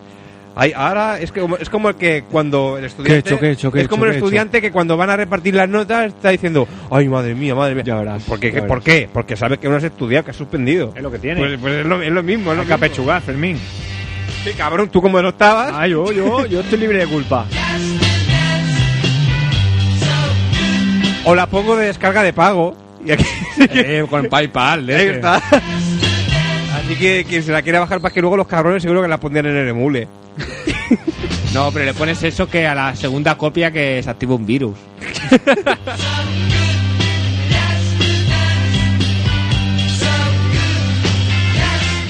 Hay, ahora es, que, como- es como el que cuando el estudiante. hecho, qué hecho, qué es como el hecho, qué estudiante que cuando van a repartir las notas está diciendo, ay, madre mía, madre mía. ¿Por, qué, ya ¿Por verás. qué? Porque sabe que uno has estudiado, que has suspendido. Es lo que tiene. Pues, pues es, lo, es lo mismo, es lo que apechugar, Fermín. Sí, cabrón, tú como no estabas. Ah, yo, yo, yo estoy libre de culpa. O la pongo de descarga de pago. Y [laughs] aquí- Eh, con PayPal, eh. Ahí está. Así que quien se la quiera bajar para que luego los cabrones seguro que la pondrían en el emule. [laughs] No, pero le pones eso que a la segunda copia que se activa un virus. [laughs]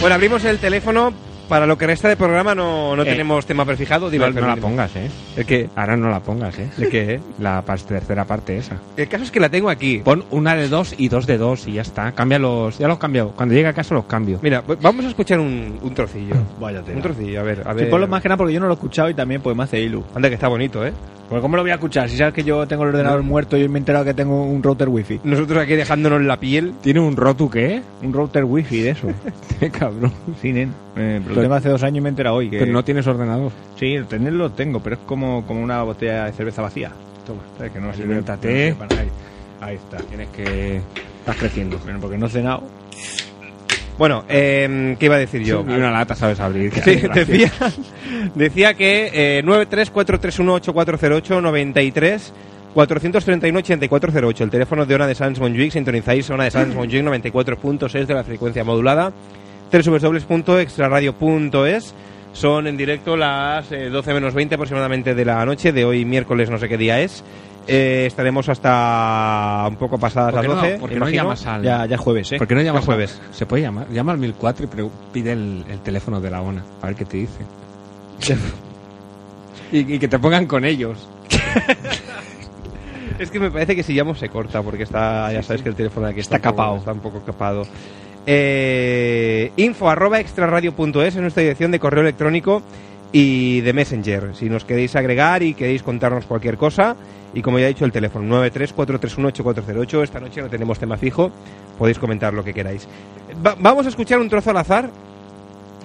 Bueno, abrimos el teléfono. Para lo que resta de programa no, no Eh, tenemos tema prefijado. Dime, No, no la Fermín. pongas, ¿eh? ¿El qué? Ahora no la pongas, ¿eh? ¿El qué? La par- tercera parte esa. El caso es que la tengo aquí. Pon una de dos y dos de dos y ya está. Cámbialos. Ya los cambio. Cuando llegue a casa los cambio. Mira, pues vamos a escuchar un, un trocillo. [clears throat] Vaya tela. Un trocillo, a ver, a Sí, ver. ponlo más que nada porque yo no lo he escuchado y también pues me hace ilu. Anda, que está bonito, ¿eh? Porque ¿cómo lo voy a escuchar? Si sabes que yo tengo el ordenador muerto y me he enterado que tengo un router [laughs] wifi. Nosotros aquí dejándonos la piel. ¿Tiene un rotu qué? Un router wifi [laughs] de eso. cabrón. Sí, nen. Eh, pero lo tengo hace dos años y me he enterado hoy. Que... Pero no tienes ordenador. Sí, tenerlo tengo, pero es como, como una botella de cerveza vacía. Toma. ¿Sabes? Que no sirve- Aliméntate. no sirve para- ahí, ahí está. Tienes que... Estás creciendo. Bueno, porque no he cenado. Bueno, eh, ¿qué iba a decir yo? Ni una lata sabes abrir. Sí, decía, [laughs] decía que eh, 934318408 93-431-8408, el teléfono de Ona de Sans Montjuic, sintonizáis Ona de Sans Montjuic 94.6 de la frecuencia modulada, www.extraradio.es, son en directo las eh, 12 menos 20 aproximadamente de la noche, de hoy miércoles no sé qué día es, Eh, estaremos hasta un poco pasadas ¿Por las qué no, 12, por qué no imagino. llamas al... Ya, ya es jueves, ¿eh? ¿Por qué no llamas Ya jueves. al- Se puede llamar. Llama al 1004 y pre- pide el, el teléfono de la ONA. A ver qué te [laughs] dice. y, y que te pongan con ellos. Es que me parece que si llamo se corta porque está, ya sabes que el teléfono de aquí está, Está un poco- capao. está un poco capado. Eh, info arroba extraradio.es es nuestra dirección de correo electrónico y de Messenger. Si nos queréis agregar y queréis contarnos cualquier cosa, y como ya he dicho, el teléfono 934318408. Esta noche no tenemos tema fijo, podéis comentar lo que queráis. Va- vamos a escuchar un trozo al azar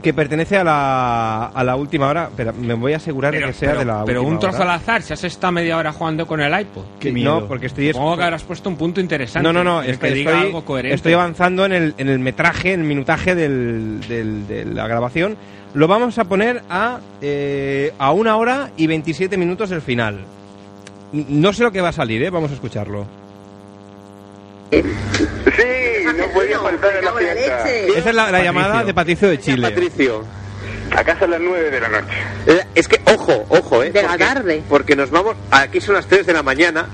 que pertenece a la, a la última hora. Espera, me voy a asegurar de que sea de la pero última un trozo hora. al azar, si has estado media hora jugando con el iPod. Qué No, miedo. porque estoy Supongo que habrás puesto un punto interesante. No, no, no. en el estoy, que diga estoy- algo coherente. estoy avanzando en el, en el metraje, en el minutaje del- del- de la grabación. Lo vamos a poner a, eh, a una hora y 27 minutos el final. N- No sé lo que va a salir, ¿eh? Vamos a escucharlo. Sí, no podía faltar en la fiesta. Esa es la, la llamada de Patricio de Chile. Patricio, a casa a las 9 de la noche. es que, ojo, ojo, ¿eh? De la tarde. Porque nos vamos, aquí son las 3 de la mañana,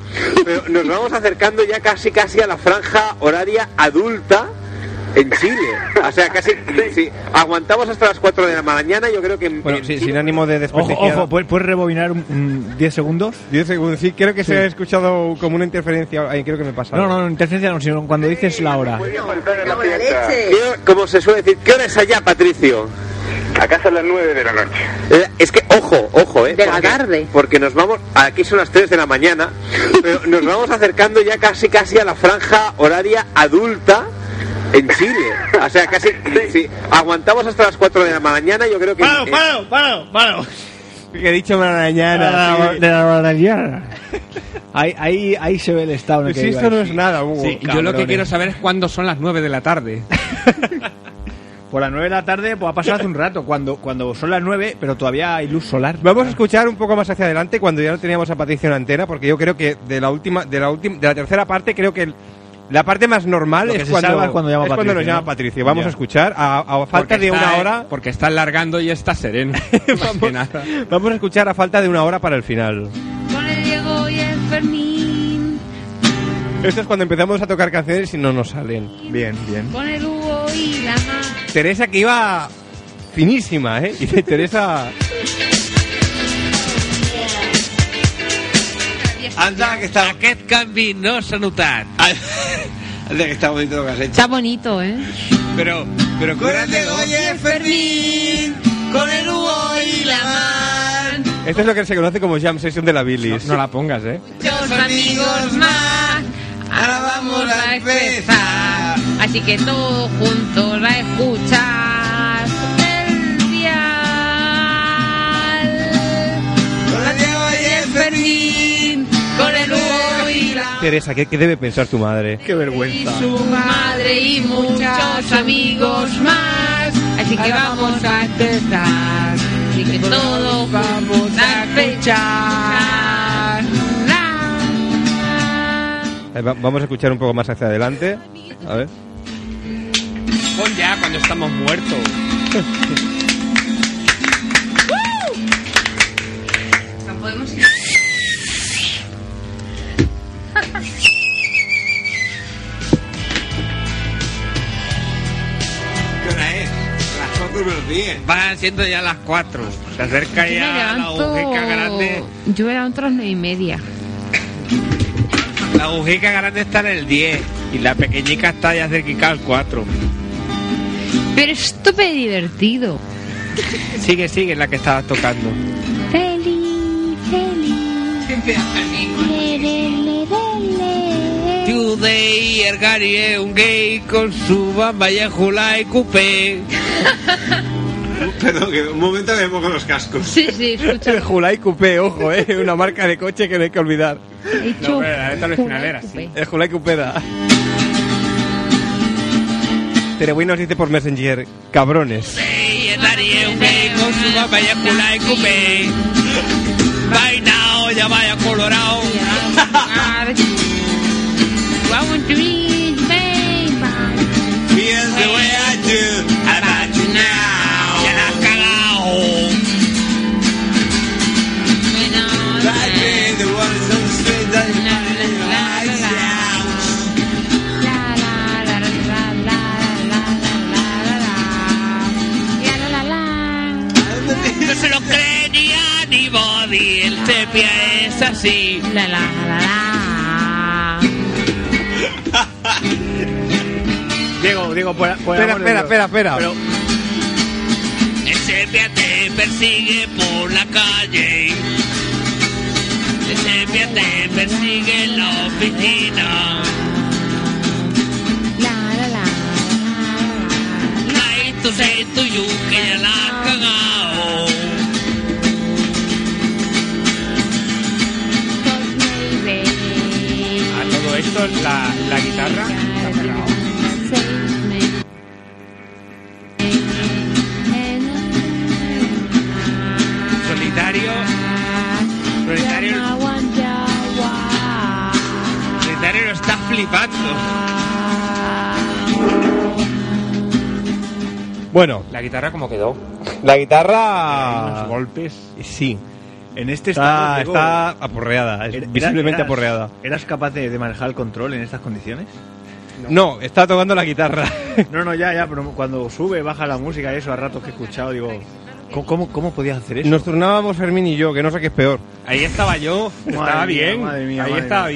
pero nos vamos acercando ya casi, casi a la franja horaria adulta en Chile. O sea, [laughs] casi, si aguantamos hasta las 4 de la mañana, yo creo que... en- Bueno, en sí, Chile- sin ánimo de Ojo, desprestigiar. ojo, ¿puedes, puedes rebobinar un- un 10 segundos? 10 segundos. Sí, creo que Sí. se ha escuchado como una interferencia. Ay, creo que me pasa. No, no, no, interferencia no, sino cuando dices la hora. ¿Qué hora- como se suele decir, ¿qué hora es allá, Patricio? A casa a las 9 de la noche. es que, ojo, ojo, ¿eh? De la porque, tarde. Porque nos vamos, aquí son las 3 de la mañana, pero nos vamos acercando ya casi, casi a la franja horaria adulta en Chile. O sea, casi, si aguantamos hasta las 4 de la mañana, yo creo que... ¡Paro, eh, paro, paro, paro! Que he dicho una mañana. Ah, De la mañana. Ahí, ahí, ahí se ve el estado en el Pues que si esto ibais. no es nada, Hugo. Sí, yo lo que eh. quiero saber es cuándo son las 9 de la tarde. [laughs] Por las 9 de la tarde, pues ha pasado hace un rato, cuando, cuando son las 9, pero todavía hay luz solar. Vamos a escuchar un poco más hacia adelante cuando ya no teníamos a Patricio en antena, porque yo creo que de la última, de la última, de la tercera parte creo que el- la parte más normal Lo que es se cuando, salva es cuando llama es cuando Patricio, nos llama ¿no? Patricio. Vamos Ya. a escuchar a, a falta Porque de está, una eh, hora, Porque está largando y está [laughs] sereno. Más que nada. vamos a escuchar a falta de una hora para el final. Con el Diego y el Fermín, Esto es cuando empezamos a tocar canciones y no nos salen. Bien, bien. con el Hugo y la Ma. Teresa que iba finísima, ¿eh? Y [laughs] Teresa Anda, que està... Aquest canvi [laughs] no s'ha notat. Anda, que està bonito el que has hecho. Está bonito, ¿eh? Pero Pero Con el de Goya el Fermín, con el Hugo y la Mar, Esto es lo que se conoce como jam session de la bilis. No, la pongas, ¿eh? muchos amigos más, ahora vamos a empezar. Así que todos juntos a escuchar el dial. Con el de Goya el Fermín, con el Hugo y la Teresa, ¿qué, qué debe pensar tu madre? Qué vergüenza. Su madre y muchos amigos más. Así que vamos a empezar. Así que todos vamos a escuchar. Eh, Vamos a escuchar un poco más hacia adelante. A ver. Pon ya cuando estamos muertos. Podemos ¿Qué hora es? Las 4 menos 10. Van siendo ya las 4. Se acerca Yo me levanto. Oh, Yo me levanto a las nueve y media. La agujica grande está en el 10. Y la pequeñica está ya cerquita al 4. Pero es súper divertido. Sigue, sigue la que estabas tocando. Feliz, feliz. Lere, lere, lere. Today, el Gary es un gay con su bamba y y coupé. [laughs] Perdón, que un momento que vemos con los cascos. Sí, sí, [laughs] El Julai Coupé, ojo, ¿eh? Una marca de coche que no hay que olvidar. hecho, pero la neta no es Julai finalera, Coupé. El Julai Coupé da. Terewin nos dice por Messenger, cabrones. Y el Gary es un gay con su bamba y y coupé. Vainao, ya vaya colorado. Vamos a ir, baby. Here's the way I do about you now. Ya la has cagao. That day, the one is on the street that is lights out. No se lo cree ni anybody, el sepia es así. La la la la. Diego, Diego, por, por el Espera, amor de Dios. espera, espera, espera. Pero- El sepia te Este persigue por la calle. El sepia te persigue en la oficina. Nine to say to you que ya la has cagao. A todo esto, la, la guitarra. Solitario. Solitario. Solitario lo está flipando. Bueno, La guitarra como quedó. la guitarra. golpes. Sí. En este Está- estado, Diego, está aporreada, es ¿era- eh, visiblemente aporreada. ¿Eras capaz de, de manejar el control en estas condiciones? No, está tocando la guitarra. [laughs] No, no, ya, ya, pero cuando sube, baja la música y eso, a ratos que he escuchado, digo, ¿cómo, cómo, cómo podías hacer eso? Nos turnábamos Fermín y yo, que no sé qué es peor. Ahí estaba yo. mía, estaba bien. madre mía, Ahí madre estaba mía.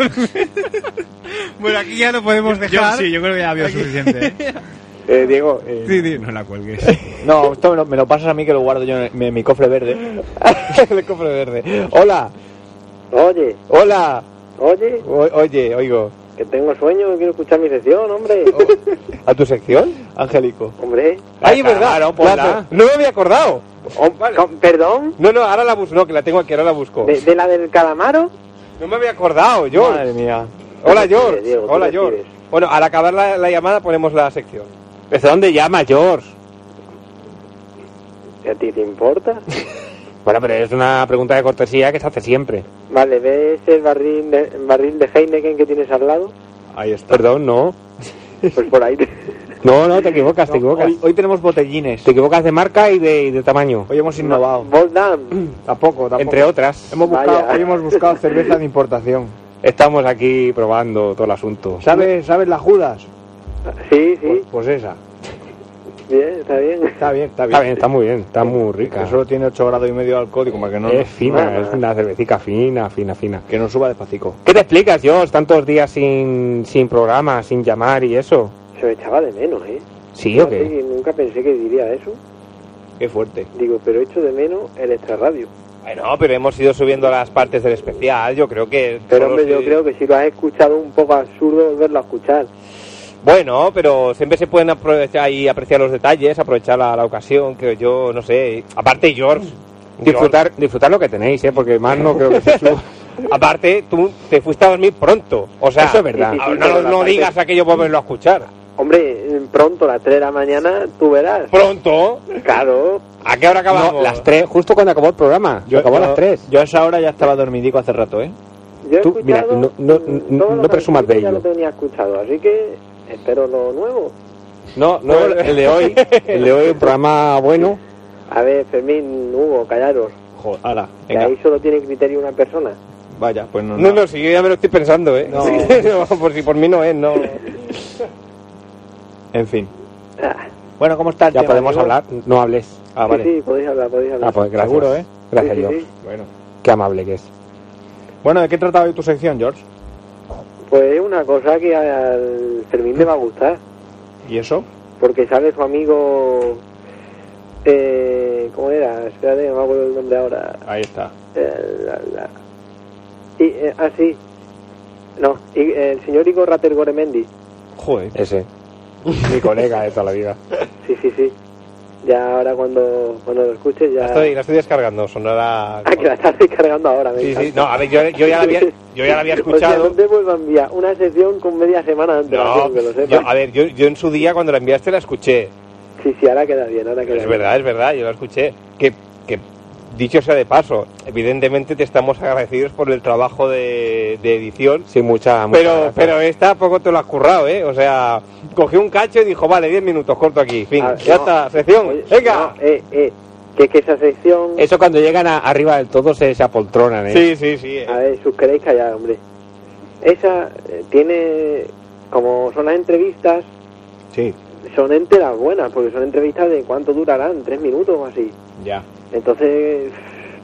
bien. Bueno, aquí ya lo podemos Yo- dejar. Yo, sí, yo creo que ya había Aquí. suficiente. ¿eh? Eh, Diego, eh, No la cuelgues. [laughs] no, esto me lo, me lo pasas a mí que lo guardo yo en, el- en mi cofre [laughs] verde. [laughs] el cofre verde. Hola. Oye. Hola. Oye. oye, oigo. Que tengo sueño, que quiero escuchar mi sesión, hombre. ¿A tu sección, Angélico? [laughs] hombre. Oh. Ay, es verdad. Claro, La- ponla. no me había acordado. ¿Perdón? No, no, ahora la busco. No, que la tengo aquí, ahora la busco. ¿De, de la del calamaro? No me había acordado, George. Madre mía. Hola, Tú decides, George. Diego, tú Hola, decides. George. Bueno, al acabar la, la llamada ponemos la sección. ¿Desde dónde llama, George? ¿A ti te importa? Bueno, pero es una pregunta de cortesía que se hace siempre. Vale, ¿ves el barril de, el barril de Heineken que tienes al lado? Ahí está. Perdón, no. Pues por ahí. te- No, no, te equivocas, te equivocas. Hoy, tenemos botellines. Te equivocas de marca y de, y de tamaño. [laughs] Hoy hemos innovado. Tampoco, tampoco. Entre otras. Hemos buscado- Vaya. hoy hemos buscado cerveza de importación. Estamos aquí Pues, probando todo el asunto. ¿Sabes- pues ¿Sabes la Judas? Sí, sí. Pues esa. Bien, está bien. Está bien, está bien. Está bien, está muy bien, está muy rica. Que solo tiene 8 grados y medio de alcohol y como que no... es fina, no- es una cervecita fina, fina, fina. Que no suba despacito. ¿Qué te explicas, Dios? Tantos días sin, sin programa, sin llamar y eso. Se me echaba de menos, ¿eh? ¿Sí o Fíjate qué? que Nunca pensé que diría eso. Qué fuerte. Digo, pero echo de menos el extrarradio. Bueno, pero hemos ido subiendo las partes del especial, yo creo que... Pero todos hombre, yo los- creo que si lo has escuchado un poco absurdo volverlo a escuchar. Bueno, pero siempre se pueden aprovechar y apreciar los detalles, aprovechar la, la ocasión, que yo, no sé... Aparte, George... Disfrutar, disfrutar lo que tenéis, ¿eh? Porque más no creo que se suba. [laughs] Aparte, tú te fuiste a dormir pronto. O sea, Eso es verdad. Ah, no- no, no digas aquello volverlo a escuchar. Hombre, pronto, a las 3 de la mañana, tú verás. ¿Pronto? Claro. ¿A qué hora No, las tres, justo cuando acabó el programa. acabó a las tres. Yo a esa hora ya estaba dormidico hace rato, ¿eh? Yo he Tú, mira, escuchado no, no, no- todo lo no que presumas de ya lo ello. tenía escuchado, así que espero lo nuevo. No, no, el el de hoy, el de hoy, un programa bueno. A ver, Fermín, Hugo, callaros. Joder, ahora, Que ahí solo tiene criterio una persona. Vaya, pues no. No, no, sí, yo ya me lo estoy pensando, ¿eh? [laughs] No, por si por mí no es, no. En fin. Bueno, ¿cómo está el Ya tema, podemos amigos? hablar, no hables. Ah, Ah. Sí, sí, podéis hablar, podéis hablar. Ah, pues gracias. Seguro, ¿eh? Gracias, Sí, sí, George. sí. Bueno. Qué amable que es. Bueno, ¿de qué trataba hoy tu sección, George? Pues es una cosa que al Fermín le va a gustar, ¿Y eso? porque sale su amigo... Eh, ¿Cómo era? Espérate, no me acuerdo el nombre ahora. Ahí está. Eh, la- la- Y, eh, ah, sí. No, y, eh, el señor Igor Rater Goremendi. Joder. Ese. Mi colega de toda la vida. Sí, sí, sí. Ya ahora cuando, cuando lo escuches ya... [laughs] La estoy, la estoy descargando, sonará... Ah, que la estás descargando ahora, me Sí, sí, encanta. no, a ver, yo, yo ya la había, yo ya [laughs] la había O sea, no escuchado. te vuelvo a enviar una sesión con media semana de No, antelación, que lo sepas. yo- a ver, yo, yo en su día cuando la enviaste la escuché. Sí, sí, ahora queda bien, ahora queda Es bien. verdad, es verdad, yo la escuché. Que, que dicho sea de paso, evidentemente te estamos agradecidos por el trabajo de, de edición. Sí, mucha, mucha Pero, gracia. pero esta poco te lo has currado, ¿eh? O sea, cogió un cacho y dijo, vale, 10 minutos corto aquí. Fin, Ah, ya no. está, sección. Oye, Venga. no, eh, eh, que, que esa sección... Eso cuando llegan a- arriba del todo se, se apoltronan, ¿eh? Sí, sí, sí. A ver, sus queréis callar, hombre. Esa eh, tiene... Como son las entrevistas, Sí, son enteras buenas, porque son entrevistas de cuánto durarán, tres minutos o así. ya. Entonces,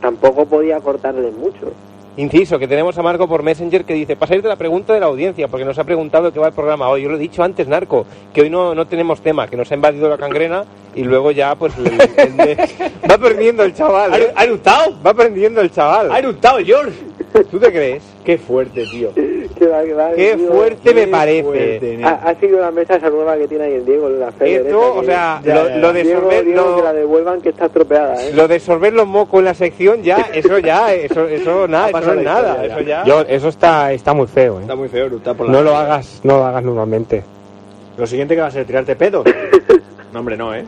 tampoco podía cortarles mucho. [laughs] Inciso, que tenemos a Marco por Messenger que dice, para salir de la pregunta de la audiencia, porque nos ha preguntado qué va el programa hoy. Yo lo he dicho antes, Narco, que hoy no, no tenemos tema, que nos ha invadido la cangrena y luego ya, pues, el- el- el- [laughs] va perdiendo el chaval. ¿eh? ¿Ha eructado? Va perdiendo el chaval. ¿Ha eructado, George? ¿Tú te crees? Qué fuerte, tío. Qué, va, qué va, Qué tío. fuerte me Qué parece. fuerte, ha, ha sido la mesa esa nueva que tiene ahí el Diego, la Feder. Esto, esa que- o sea, lo- lo de Diego, Sorbet Diego, no- que la devuelvan que está estropeada, ¿eh? Lo de sorber los mocos en la sección ya, eso ya, eso, eso [laughs] nada, eso no es nada, eso ya. Yo, eso está, está muy feo, ¿eh? Está muy feo eructar por No lo hagas, no lo hagas normalmente. Lo siguiente que va a ser [laughs] tirarte pedo. no, hombre, no, ¿eh?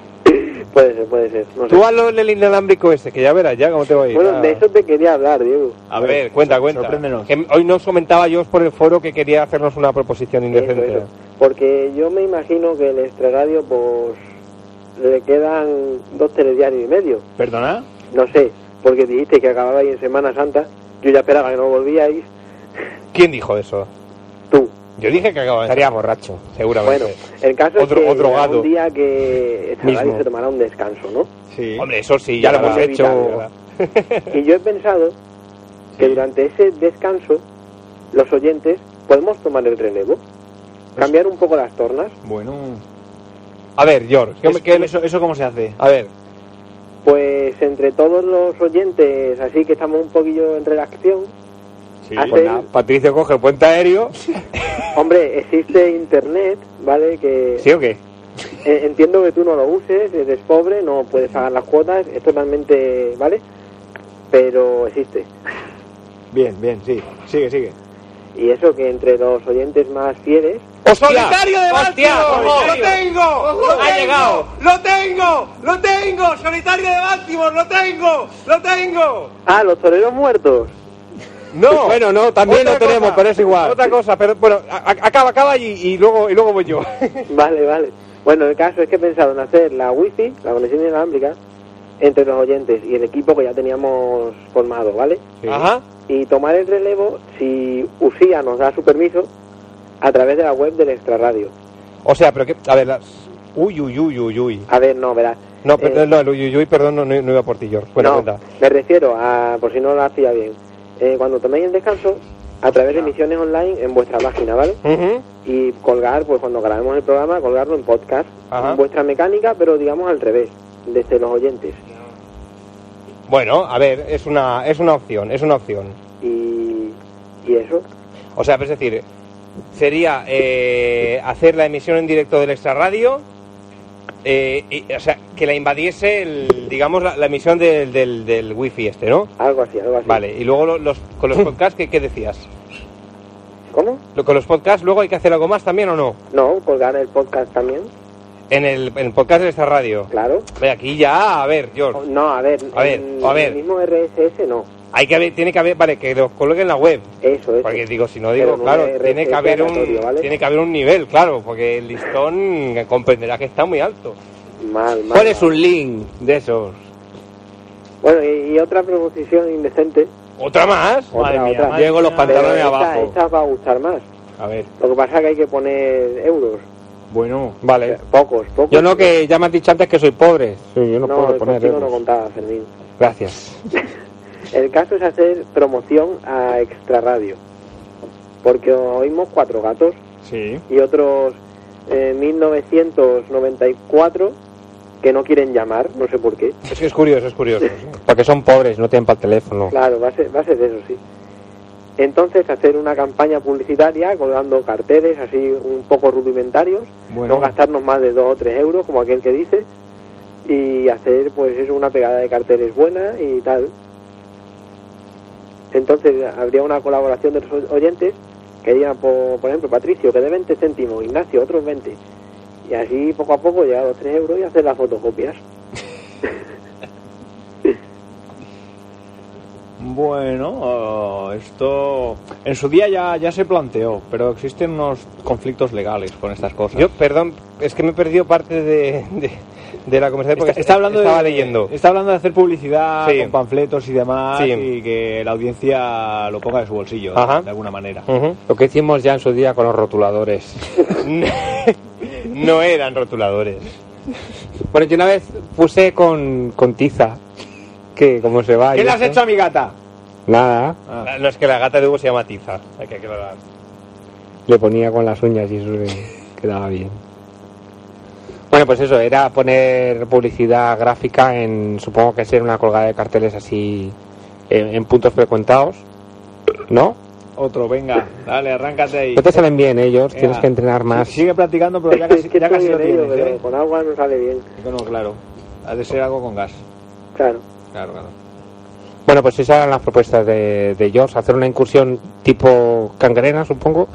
Puede ser, puede ser. no sé. Tú hazlo en el inalámbrico ese, que ya verás ya cómo te va a ir. Bueno, Ah. de eso te quería hablar, Diego. A ver, cuenta, cuenta. Que hoy nos comentaba yo por el foro que quería hacernos una proposición indecente. eso. Porque yo me imagino que el extraradio, pues, le quedan dos telediarios y medio. ¿Perdona? No sé, porque dijiste que acababais en Semana Santa. Yo ya esperaba que no volvíais. ¿Quién dijo eso? Tú. Yo dije que acababa. Estaría borracho. Seguramente. Bueno, el caso Otro- es que otro gado. un día que extraradio Mismo. se tomará un descanso, ¿no? Sí. Hombre, eso sí, ya, lo hemos Inevitable, hecho. ¿verdad? [laughs] Y yo he pensado que durante ese descanso, los oyentes podemos tomar el relevo, cambiar un poco las tornas. Bueno. A ver, George, ¿qué- qué- eso, cómo se hace? A ver, Pues entre todos los oyentes, así que estamos un poquillo en redacción, hacer- Pues nada, Patricio coge el puente aéreo. hombre, existe internet, ¿vale? Que ¿Sí o qué? eh, entiendo que tú no lo uses, eres pobre, no puedes pagar las cuotas, es totalmente, ¿vale? Pero existe. Bien, bien, sí. Sigue, sigue. Y eso que entre los oyentes más fieles... ¡Solitario de ¡Hostia! Baltimore! ¡Solitario! ¡Lo tengo! ¡Ojo! ¡Lo ¡Ha tengo! llegado! ¡Lo tengo! ¡Lo tengo! ¡Solitario de Baltimore! ¡Lo tengo! ¡Lo tengo! Ah, los toreros muertos. No. Bueno, no, también Otra lo tenemos, cosa, pero es igual. Otra cosa, pero bueno, ah. a- a- acaba, acaba y, y luego y luego voy yo. [laughs] Vale, vale. Bueno, el caso es que he pensado en hacer la wifi, la conexión inalámbrica, entre los oyentes y el equipo que ya teníamos formado, ¿vale? Ajá. Y tomar el relevo, si Usía nos da su permiso, a través de la web del Extraradio. O sea, pero que, a ver, las- Uy, uy, uy, uy, uy. A ver, no, verás. No, Eh, perdón, no, el uy, uy, uy, perdón, no, no, no iba por ti, George. Bueno, no, cuenta. me refiero a, por si no lo hacía bien, eh, cuando toméis el descanso, a través de emisiones online en vuestra página, ¿vale? Y colgar, pues cuando grabemos el programa, colgarlo en podcast. Ajá. Vuestra mecánica, pero digamos al revés, desde los oyentes. Bueno, a ver, es una, es una opción, es una opción. ¿Y, y eso? O sea, pues es decir, sería eh, hacer la emisión en directo del extrarradio, eh, y- o sea, que la invadiese, el, digamos, la, la emisión del, del, del wifi este, ¿no? Algo así, algo así. Vale, y luego lo- los, con los podcasts, ¿qué, qué decías? ¿Cómo? Lo- ¿Con los podcasts luego hay que hacer algo más también o no? No, colgar el podcast también. En el, en el podcast del extrarradio. Claro. Oh, Aquí ya, a ver, George. No, a ver. A ver, en a ver. El mismo RSS no. Hay que haber, tiene que haber, vale, que los coloquen en la web. Eso, eso. Porque digo, si no Pero digo, no claro, es tiene que haber un, aleatorio, ¿vale? tiene que haber un nivel, claro, porque el listón [laughs] comprenderá que está muy alto. Mal, mal. ¿Cuál es un link de esos? Bueno, y, y otra proposición indecente. ¿Otra más? Madre mía, llego los pantalones Pero esta- abajo. Esta os va a gustar más. A ver. Lo que pasa es que hay que poner euros. Bueno, vale. Pocos, pocos. Yo no, que ya me has dicho antes que soy pobre. Sí, yo no, puedo el poner. contigo no euros. contaba, Fermín. Gracias. El caso es hacer promoción a Extra Radio. Porque oímos cuatro gatos Sí. y otros eh, 1994 que no quieren llamar, no sé por qué. Es que es curioso, es curioso. Porque son pobres, no tienen para el teléfono. Claro, va a, ser, va a ser de eso, sí. Entonces, hacer una campaña publicitaria colgando carteles así un poco rudimentarios, Bueno. no gastarnos más de 2 o 3 euros, como aquel que dice, y hacer pues eso, una pegada de carteles buena y tal. Entonces, habría una colaboración de los oyentes que digan, por, por ejemplo, Patricio, que dé 20 céntimos, Ignacio, otros 20. Y así poco a poco llegar a los 3 euros y hacer las fotocopias. Bueno, eh, esto en su día ya, ya se planteó, pero existen unos conflictos legales con estas cosas. Yo, perdón, es que me he perdido parte de, de, de la conversación porque Está, está hablando estaba de, leyendo. Está hablando de hacer publicidad Sí. con panfletos y demás Sí. y que la audiencia lo ponga de su bolsillo, de- Ajá. de alguna manera. [laughs] Ujú. Lo que hicimos ya en su día con los [laughs] rotuladores. No eran rotuladores. Bueno, yo una vez puse con, con tiza. Que como se va. y ¿Qué le has eso. hecho a mi gata? Nada. La- Ah. No es que la gata de Hugo se llama Tiza. Hay que aclarar. Le ponía con las uñas y eso le quedaba bien. Bueno, pues eso, era poner publicidad gráfica en, supongo que ser una colgada de carteles así en, en puntos frecuentados, ¿no? Otro, venga, dale, arráncate ahí. No te salen bien ellos, Venga. tienes que entrenar más. Sigue [laughs] practicando, pero ya casi, que ya casi estoy lo en ello, tienes, pero ¿eh? con agua no sale bien. Bueno, claro. Ha de ser algo con gas. Claro. Claro, claro. Bueno, pues esas eran las propuestas de, de George, hacer una incursión tipo cangrena, supongo,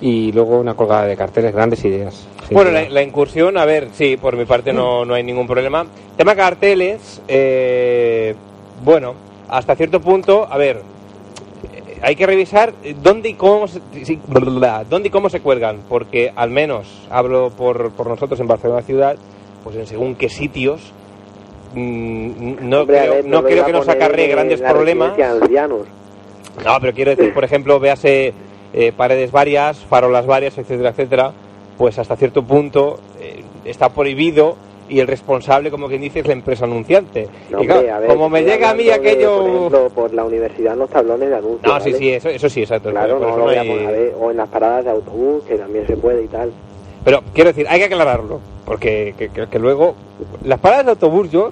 y luego una colgada de carteles, grandes ideas. Eh, sin Bueno, duda. la, la incursión, a ver, sí, por mi parte no, no hay ningún problema. Tema carteles, eh, bueno, hasta cierto punto, a ver, eh, hay que revisar eh, dónde y cómo se, sí, blablabla, dónde y cómo se cuelgan, porque al menos hablo por, por nosotros en Barcelona ciudad, pues en según qué sitios. mm, No Hombre, a creo, ver, no lo creo iba que pues a nos poner acarree en grandes la problemas. residencia de ancianos. No, pero quiero decir, por ejemplo, véase eh, paredes varias, farolas varias, etcétera, etcétera, pues hasta cierto punto eh, está prohibido y el responsable, como quien dice, es la empresa anunciante. No, Y claro, hombre, a ver, como me estoy llega a mí hablando de, aquello... por ejemplo, por la universidad, los tablones de anuncios. no, sí, ¿vale? sí, eso, eso sí, exacto. Claro, por no eso lo no voy a hay- poner, a ver, o en las paradas de autobús, que también se puede y tal. Pero quiero decir, hay que aclararlo, porque que, que- que luego las paradas de autobús, yo...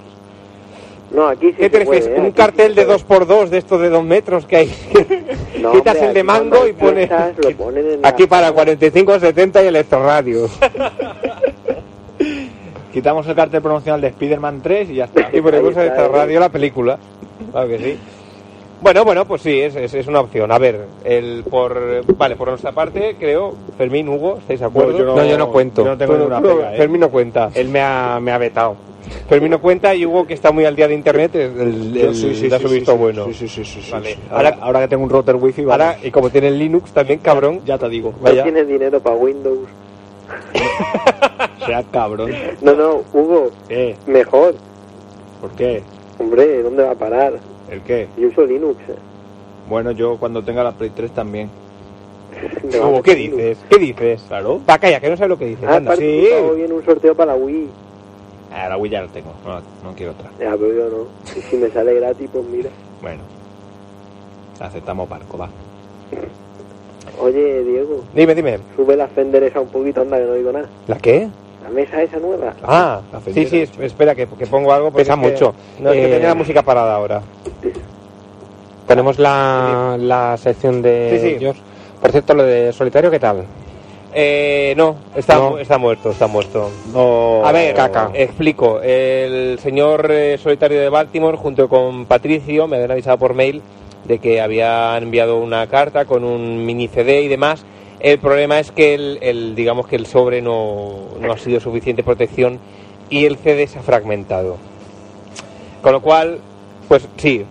No, aquí sí ¿Qué se te refieres? puede, ¿eh? ¿Un Aquí cartel de 2x2 de estos de 2 metros [laughs] que hay? No, Quitas hombre, el de aquí cuando mango y pones... alcanzas, lo ponen en la- Aquí para 45, 70 y [laughs] electrorradio. Quitamos el cartel promocional de Spider-Man 3 y ya está. Y ponemos en esta radio la película. Claro que sí. Bueno, bueno, pues sí, es, es- es una opción. A ver, el por vale, por nuestra parte, creo, Fermín, Hugo, ¿estáis de acuerdo? No, yo no- No, yo no cuento. yo no tengo Tú ninguna tú pega, ¿eh? Fermín no cuenta. Él me ha, me ha vetado. Fermín no cuenta y Hugo, que está muy al día de internet, el, el, Yo sí, sí, le has sí, visto sí, sí, bueno. sí, sí, sí, sí, sí, Vale. sí. Ahora- Ahora, ahora que tengo un router wifi, vale. Ahora, y como tiene Linux también, cabrón. Ya te digo. No tienes dinero para Windows. Sea cabrón. No, no, Hugo, ¿Qué? mejor. ¿Por qué? Hombre, ¿dónde va a parar? ¿El qué? Yo uso Linux. Bueno, yo cuando tenga la Play 3 también. Hugo, ¿qué dices? ¿Qué dices? Claro. Va, calla, que no sabes lo que dices. Ah, Anda, sí. participado hoy en un sorteo para la Wii. Ah, la Wii ya la tengo. No, no quiero otra. Ya, pero yo no. Y si me sale gratis, pues mira. Bueno. Aceptamos barco, va. Oye, Diego, Dime, dime. sube la Fender esa un poquito, anda, que no digo nada. ¿La qué? La mesa esa nueva. Ah, sí, sí, es- espera, que, que pongo algo. porque Pesa es que- mucho. No, es que Eh, tenía la música parada ahora. Tenemos la, la sección de Eh, Sí, sí. ellos. Por cierto, lo de solitario, ¿qué tal? Eh, no, está, mu- está muerto, está muerto. No, A ver, caca. Explico. El señor eh, solitario de Baltimore, junto con Patricio, me habían avisado por mail de que había enviado una carta con un mini CD y demás. El problema es que el, el- digamos que el sobre no, no ha sido suficiente protección y el CD se ha fragmentado. Con lo cual, pues sí,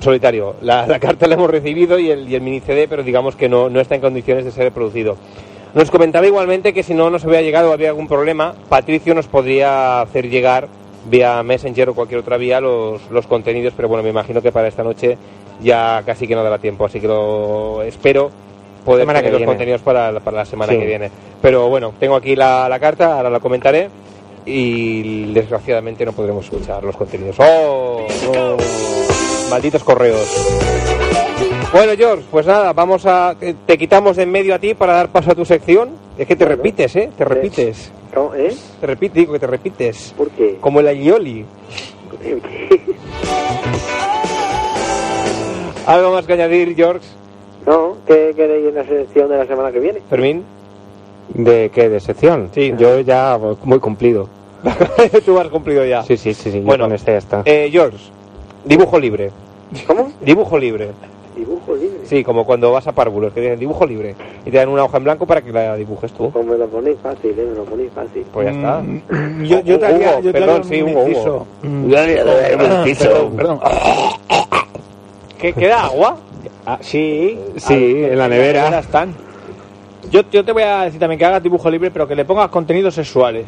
solitario. La, la carta la hemos recibido y el, y el mini CD, pero digamos que no, no está en condiciones de ser reproducido. Nos comentaba igualmente que si no nos había llegado o había algún problema, Patricio nos podría hacer llegar vía Messenger o cualquier otra vía los, los contenidos, pero bueno, me imagino que para esta noche ya casi que no dará tiempo, así que lo espero poder Semana que tener los viene. contenidos para, la- para la semana Sí. que viene. Pero bueno, tengo aquí la, la carta, ahora la comentaré y desgraciadamente no podremos escuchar los contenidos. ¡Oh! ¡Oh! Malditos correos. Bueno, George, pues nada, vamos a. Te, te quitamos de en medio a ti para dar paso a tu sección. Es que te repites, ¿eh? Te repites. ¿Cómo, ¿Eh? Te repites, digo que te repites. ¿Por qué? Como el [laughs] aioli. ¿Algo más que añadir, George? No, ¿qué queréis en la selección de la semana que viene? Fermín. ¿De qué? ¿De sección? Sí. Yo ya muy cumplido. [laughs] Tú has cumplido ya. Sí, sí, sí, sí. yo Bueno, con este ya está. Eh, George, dibujo libre. ¿Cómo? Dibujo libre. Dibujo libre. Sí, como cuando vas a párvulos, que dicen dibujo libre. Y te dan una hoja en blanco para que la dibujes Uh. tú. Pues me lo ponéis fácil, ¿eh? Me lo ponéis fácil. Pues ya está. Mm. yo- yo te Hugo, haría- yo te perdón, haría sí, un Hugo, inciso. Hugo. Mm. Yo haría- yo haría Ah, un inciso. Perdón, perdón. ¿Qué queda agua? Ah, sí. Sí, en la nevera. están. Yo, yo te voy a decir también que hagas dibujo libre, pero que le pongas contenidos sexuales.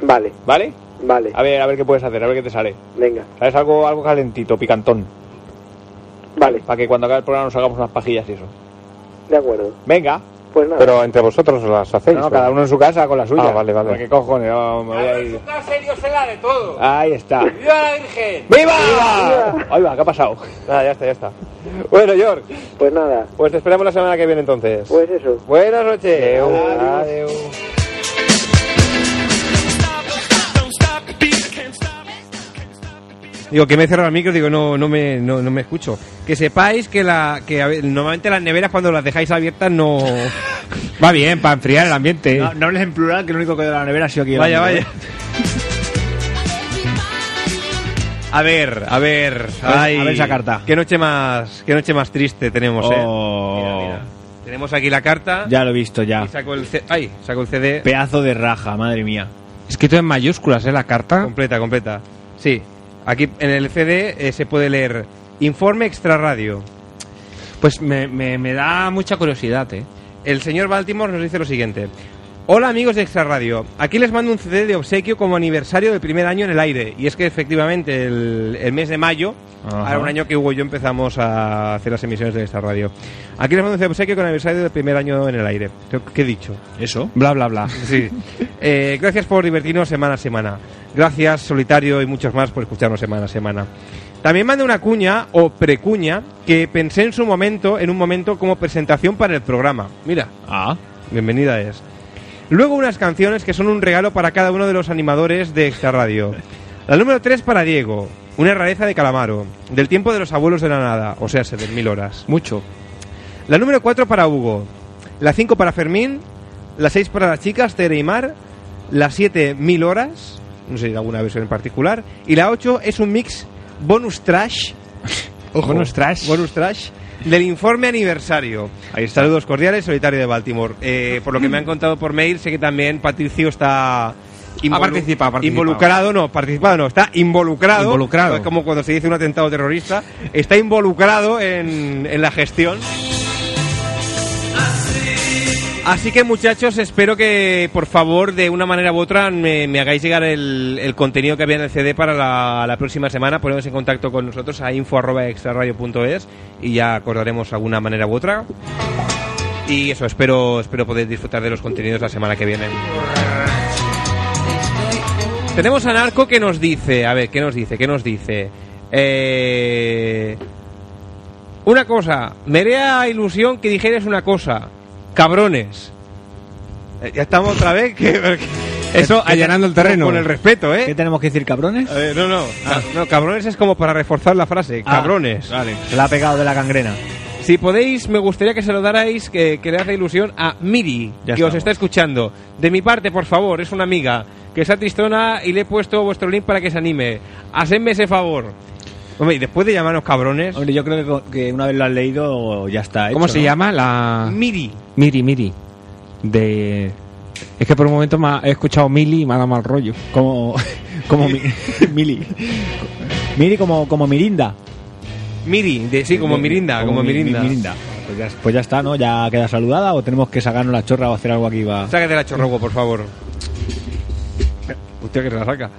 Vale. ¿Vale? Vale. A ver, a ver qué puedes hacer, a ver qué te sale. Venga. ¿Sabes? Algo, algo calentito, picantón. Vale. Para que cuando acabe el programa nos hagamos unas pajillas y eso. De acuerdo. Venga. Pues nada. Pero entre vosotros os las hacéis. No, no, ¿o? cada uno en su casa con la suya. Ah, vale, vale. Pero ¿Qué cojones? No, me voy a ir. Dios es la de todo. Ahí está. ¡Viva la Virgen! ¡Viva! Ahí va, ¿qué ha pasado? Ah, Nada, ya está, ya está. Bueno, George. Pues nada. Pues te esperamos la semana que viene entonces. Pues eso. Buenas noches. Digo, que me he cerrado el micro, digo, no, no, me, no, no me escucho. Que sepáis que, la, que a ver, normalmente las neveras cuando las dejáis abiertas [laughs] no... Va bien, para enfriar el ambiente. No, no hables en plural, que lo único que de la nevera ha sido aquí. Vaya, vaya. A ver, a ver. A ver- ay, a ver esa carta. Qué noche más, qué noche más triste tenemos, Oh. eh. Mira, mira. Tenemos aquí la carta. Ya lo he visto, ya. Y saco el, C- ay, saco el CD. Pedazo de raja, madre mía. Escrito en mayúsculas, ¿eh? La carta. Completa, completa. Sí. Aquí en el CD eh, se puede leer Informe Extra Radio. Pues me, me- me da mucha curiosidad, ¿eh? El señor Baltimore nos dice lo siguiente. Hola amigos de Extra Radio. Aquí les mando un CD de obsequio como aniversario del primer año en el aire. Y es que efectivamente el, el mes de mayo, Ajá. ahora un año que Hugo y yo empezamos a hacer las emisiones de Extra Radio. Aquí les mando un CD de obsequio con aniversario del primer año en el aire. Creo que- ¿Qué he dicho? Eso. Bla, bla, [laughs] bla. Sí. Eh, gracias por divertirnos semana a semana. Gracias, Solitario y muchos más por escucharnos semana a semana. También manda una cuña o precuña que pensé en su momento, en un momento como presentación para el programa. Mira. Ah. Bienvenida es. Luego unas canciones que son un regalo para cada uno de los animadores de Extra Radio. La número 3 para Diego. Una rareza de calamaro. Del tiempo de los abuelos de la nada. O sea, se de mil horas. Mucho. La número 4 para Hugo. La 5 para Fermín. La 6 para las chicas, Tere y Mar. La 7, Mil Horas. No sé si de alguna versión en particular. Y la 8 es un mix bonus trash. Ojo. Bonus trash. Bonus trash. Del informe aniversario. Saludos cordiales, solitario de Baltimore. Eh, por lo que me han contado por mail, sé que también Patricio está. participado, involu- ha participado. Involucrado, no, participado no, está involucrado. Involucrado. Es como cuando se dice un atentado terrorista. Está involucrado en, en la gestión. Así que muchachos, espero que por favor de una manera u otra me, me hagáis llegar el, el contenido que había en el CD para la, la próxima semana. Ponemos en contacto con nosotros a info.extraradio.es y ya acordaremos alguna manera u otra. Y eso, espero, espero poder disfrutar de los contenidos la semana que viene. Tenemos a Narco que nos dice, a ver, ¿qué nos dice? ¿Qué nos dice? Eh, una cosa, me haría ilusión que dijeras una cosa, cabrones. Eh, Ya estamos otra vez que... que- Eso allanando el terreno. Con el respeto, ¿eh? ¿Qué tenemos que decir, cabrones? A ver, no, no, ca- no, cabrones es como para reforzar la frase, Ah, cabrones. La ha pegado de la gangrena. Si podéis, me gustaría que se lo darais, que, que le hace ilusión a Miri, que Ya os estamos. está escuchando. De mi parte, por favor, es una amiga, que está tristona y le he puesto vuestro link para que se anime. Hacedme ese favor. Hombre, y después de llamarnos cabrones... Hombre, yo creo que, co- que una vez lo has leído ya está. ¿Cómo hecho, se ¿no? llama? La. Miri. Miri, Miri. De. Es que por un momento me ha- he escuchado Mili y me ha dado mal rollo. Como. Como mi- [laughs] Mili. Miri como, como Mirinda. Miri, de- sí, como Mirinda, como, mi- Mirinda. mi- Mirinda. Pues ya, pues ya está, ¿no? ¿Ya queda saludada o tenemos que sacarnos la chorra o hacer algo aquí? Va. Sácate la chorrogo, por favor. Hostia, que se la saca.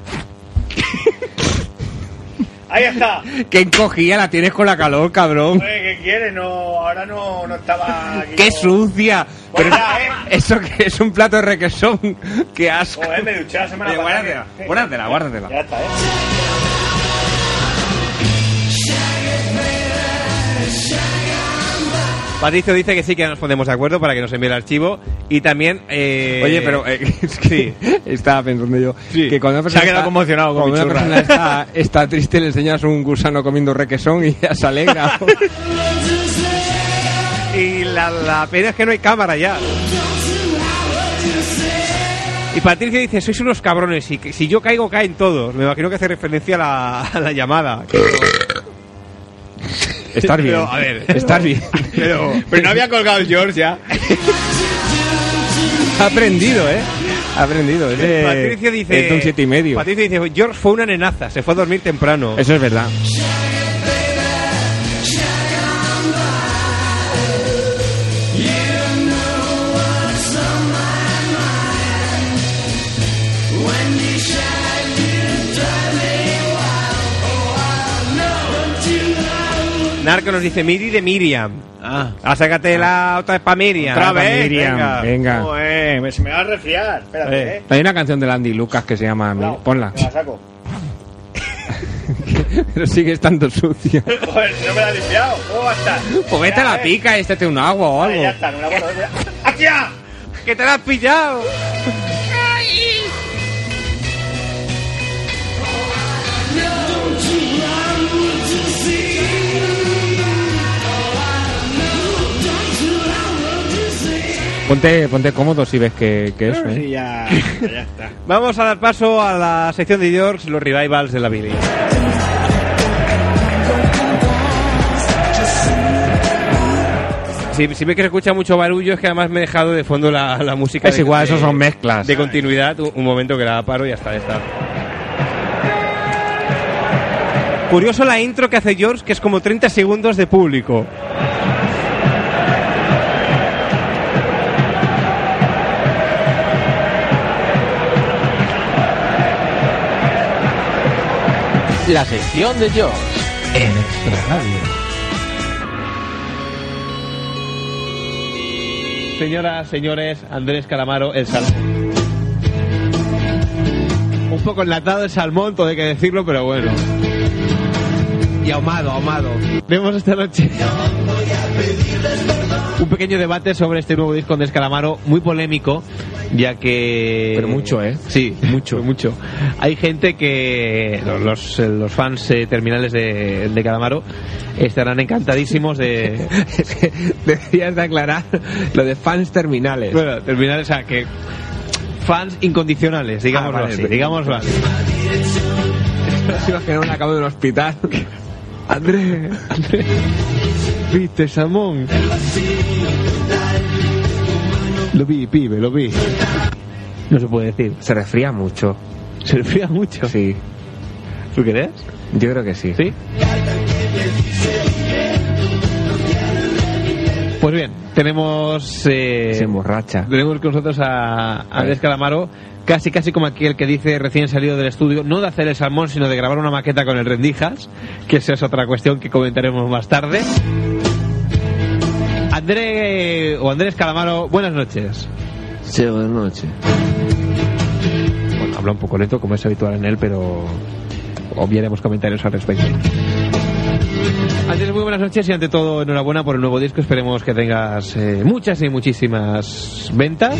Ahí está. ¿Qué encogía? La tienes con la calor, cabrón. ¿Qué quiere? No, ahora no, no estaba aquí. ¡Qué sucia! Pero eh. eso que es un plato de requesón. ¡Qué asco! me duché la semana Oye, pasada. guárdatela, guárdatela, guárdatela. Ya está, ¿eh? Patricio dice que sí, que nos ponemos de acuerdo para que nos envíe el archivo. Y también... eh, Oye, pero eh, [laughs] es que estaba pensando yo que cuando una Se ha persona quedado está- conmocionado con cuando mi una churra. persona está, está triste le enseñas un gusano comiendo requesón y ya se alegra. [laughs] Y la, la pena es que no hay cámara ya. Y Patricia dice, sois unos cabrones, y que si yo caigo caen todos. Me imagino que hace referencia a la, a la llamada. Estar bien. Pero, a ver. Estar bien. [laughs] Pero, pero no había colgado el George ya. Ha aprendido, ¿eh? Ha aprendido. es de- Patricio dice... es de un siete y medio. Patricio dice, George fue una nenaza, se fue a dormir temprano. Eso es verdad. Narco nos dice, Miri de Miriam. Ah. Ah, sácate la otra vez para Miriam. Otra vez, Miriam, venga. Joder, me- se me va a resfriar. Espérate, ¿eh? Hay una canción de Andy Lucas que se llama... Claro, Ponla. me la saco. [laughs] Pero sigue estando sucia. Joder, no me la he limpiado. ¿Cómo va a estar? Pues vete a la eh. pica, échate un agua o algo. Ya está, no me la acuerdo. ¡Aquí ya! ¡Que te la has pillado! Ponte, ponte cómodo si ves que, que eso, ¿eh? ya, ya está. [laughs] Vamos a dar paso a la sección de George, los revivals de la Billy. Si, si ve que se escucha mucho barullo, es que además me he dejado de fondo la, la música. Es de- igual, de- eso son mezclas. De continuidad, un, un momento que la paro y hasta está, ya está. Curioso la intro que hace George, que es como 30 segundos de público. La sección de George en Extra Radio. Señoras, señores, Andrés Calamaro, el salmón. Un poco enlatado el salmón, todo hay que decirlo, pero bueno. Y ahumado, ahumado. Vemos esta noche un pequeño debate sobre este nuevo disco de Escalamaro, muy polémico, ya que... Pero mucho, ¿eh? Sí, mucho, mucho. Hay gente que... Los, eh, los fans eh, terminales de, de Calamaro estarán encantadísimos de... Decías [laughs] de aclarar lo de fans terminales. Bueno, terminales, o sea, que fans incondicionales, digamos Ah, vale, así, pues sí. digamos así. Se [laughs] imaginó en la cama de un hospital. [laughs] Andrés, Andrés, viste Samón. Lo vi, pibe, lo vi. No se puede decir. Se resfría mucho. [laughs] ¿Se resfría mucho? Sí. ¿Tú crees? Yo creo que sí. ¿Sí? Pues bien, tenemos. Eh, Se emborracha. Tenemos con nosotros a Andrés Calamaro, casi casi como aquel que dice recién salido del estudio, no de hacer el salmón, sino de grabar una maqueta con el Rendijas, que esa es otra cuestión que comentaremos más tarde. André o Andrés Calamaro, buenas noches. Sí, buenas noches. Bueno, habla un poco lento, como es habitual en él, pero obviaremos comentarios al respecto. Andrés, muy buenas noches y ante todo enhorabuena por el nuevo disco. Esperemos que tengas eh, muchas y muchísimas ventas.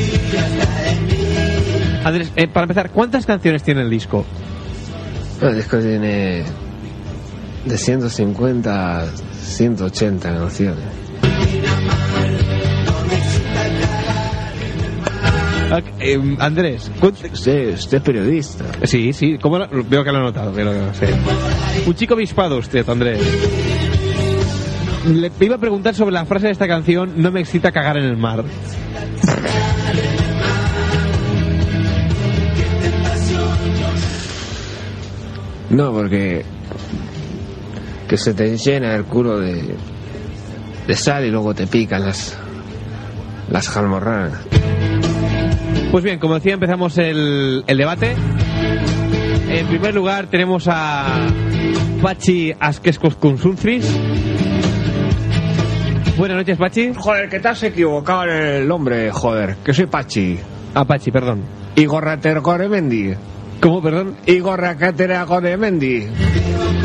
Andrés, eh, para empezar, ¿cuántas canciones tiene el disco? El disco tiene de 150 a 180 canciones. Ah, eh, Andrés, usted, es periodista. Sí, sí, ¿cómo lo- veo que lo he notado. veo que lo sé. Un chico avispado usted, Andrés. Le iba a preguntar sobre la frase de esta canción, no me excita cagar en el mar. No, porque que se te llena el culo de, de sal y luego te pican las las jalmorranas. Pues bien, como decía, empezamos el, el debate. En primer lugar tenemos a Pachi Asquescos Consultris. Buenas noches, Pachi. Joder, que te has equivocado en el nombre, joder. Que soy Pachi. Ah, Pachi, perdón. Igor Ratergoremendi. ¿Cómo, perdón? Igor Ratergoremendi.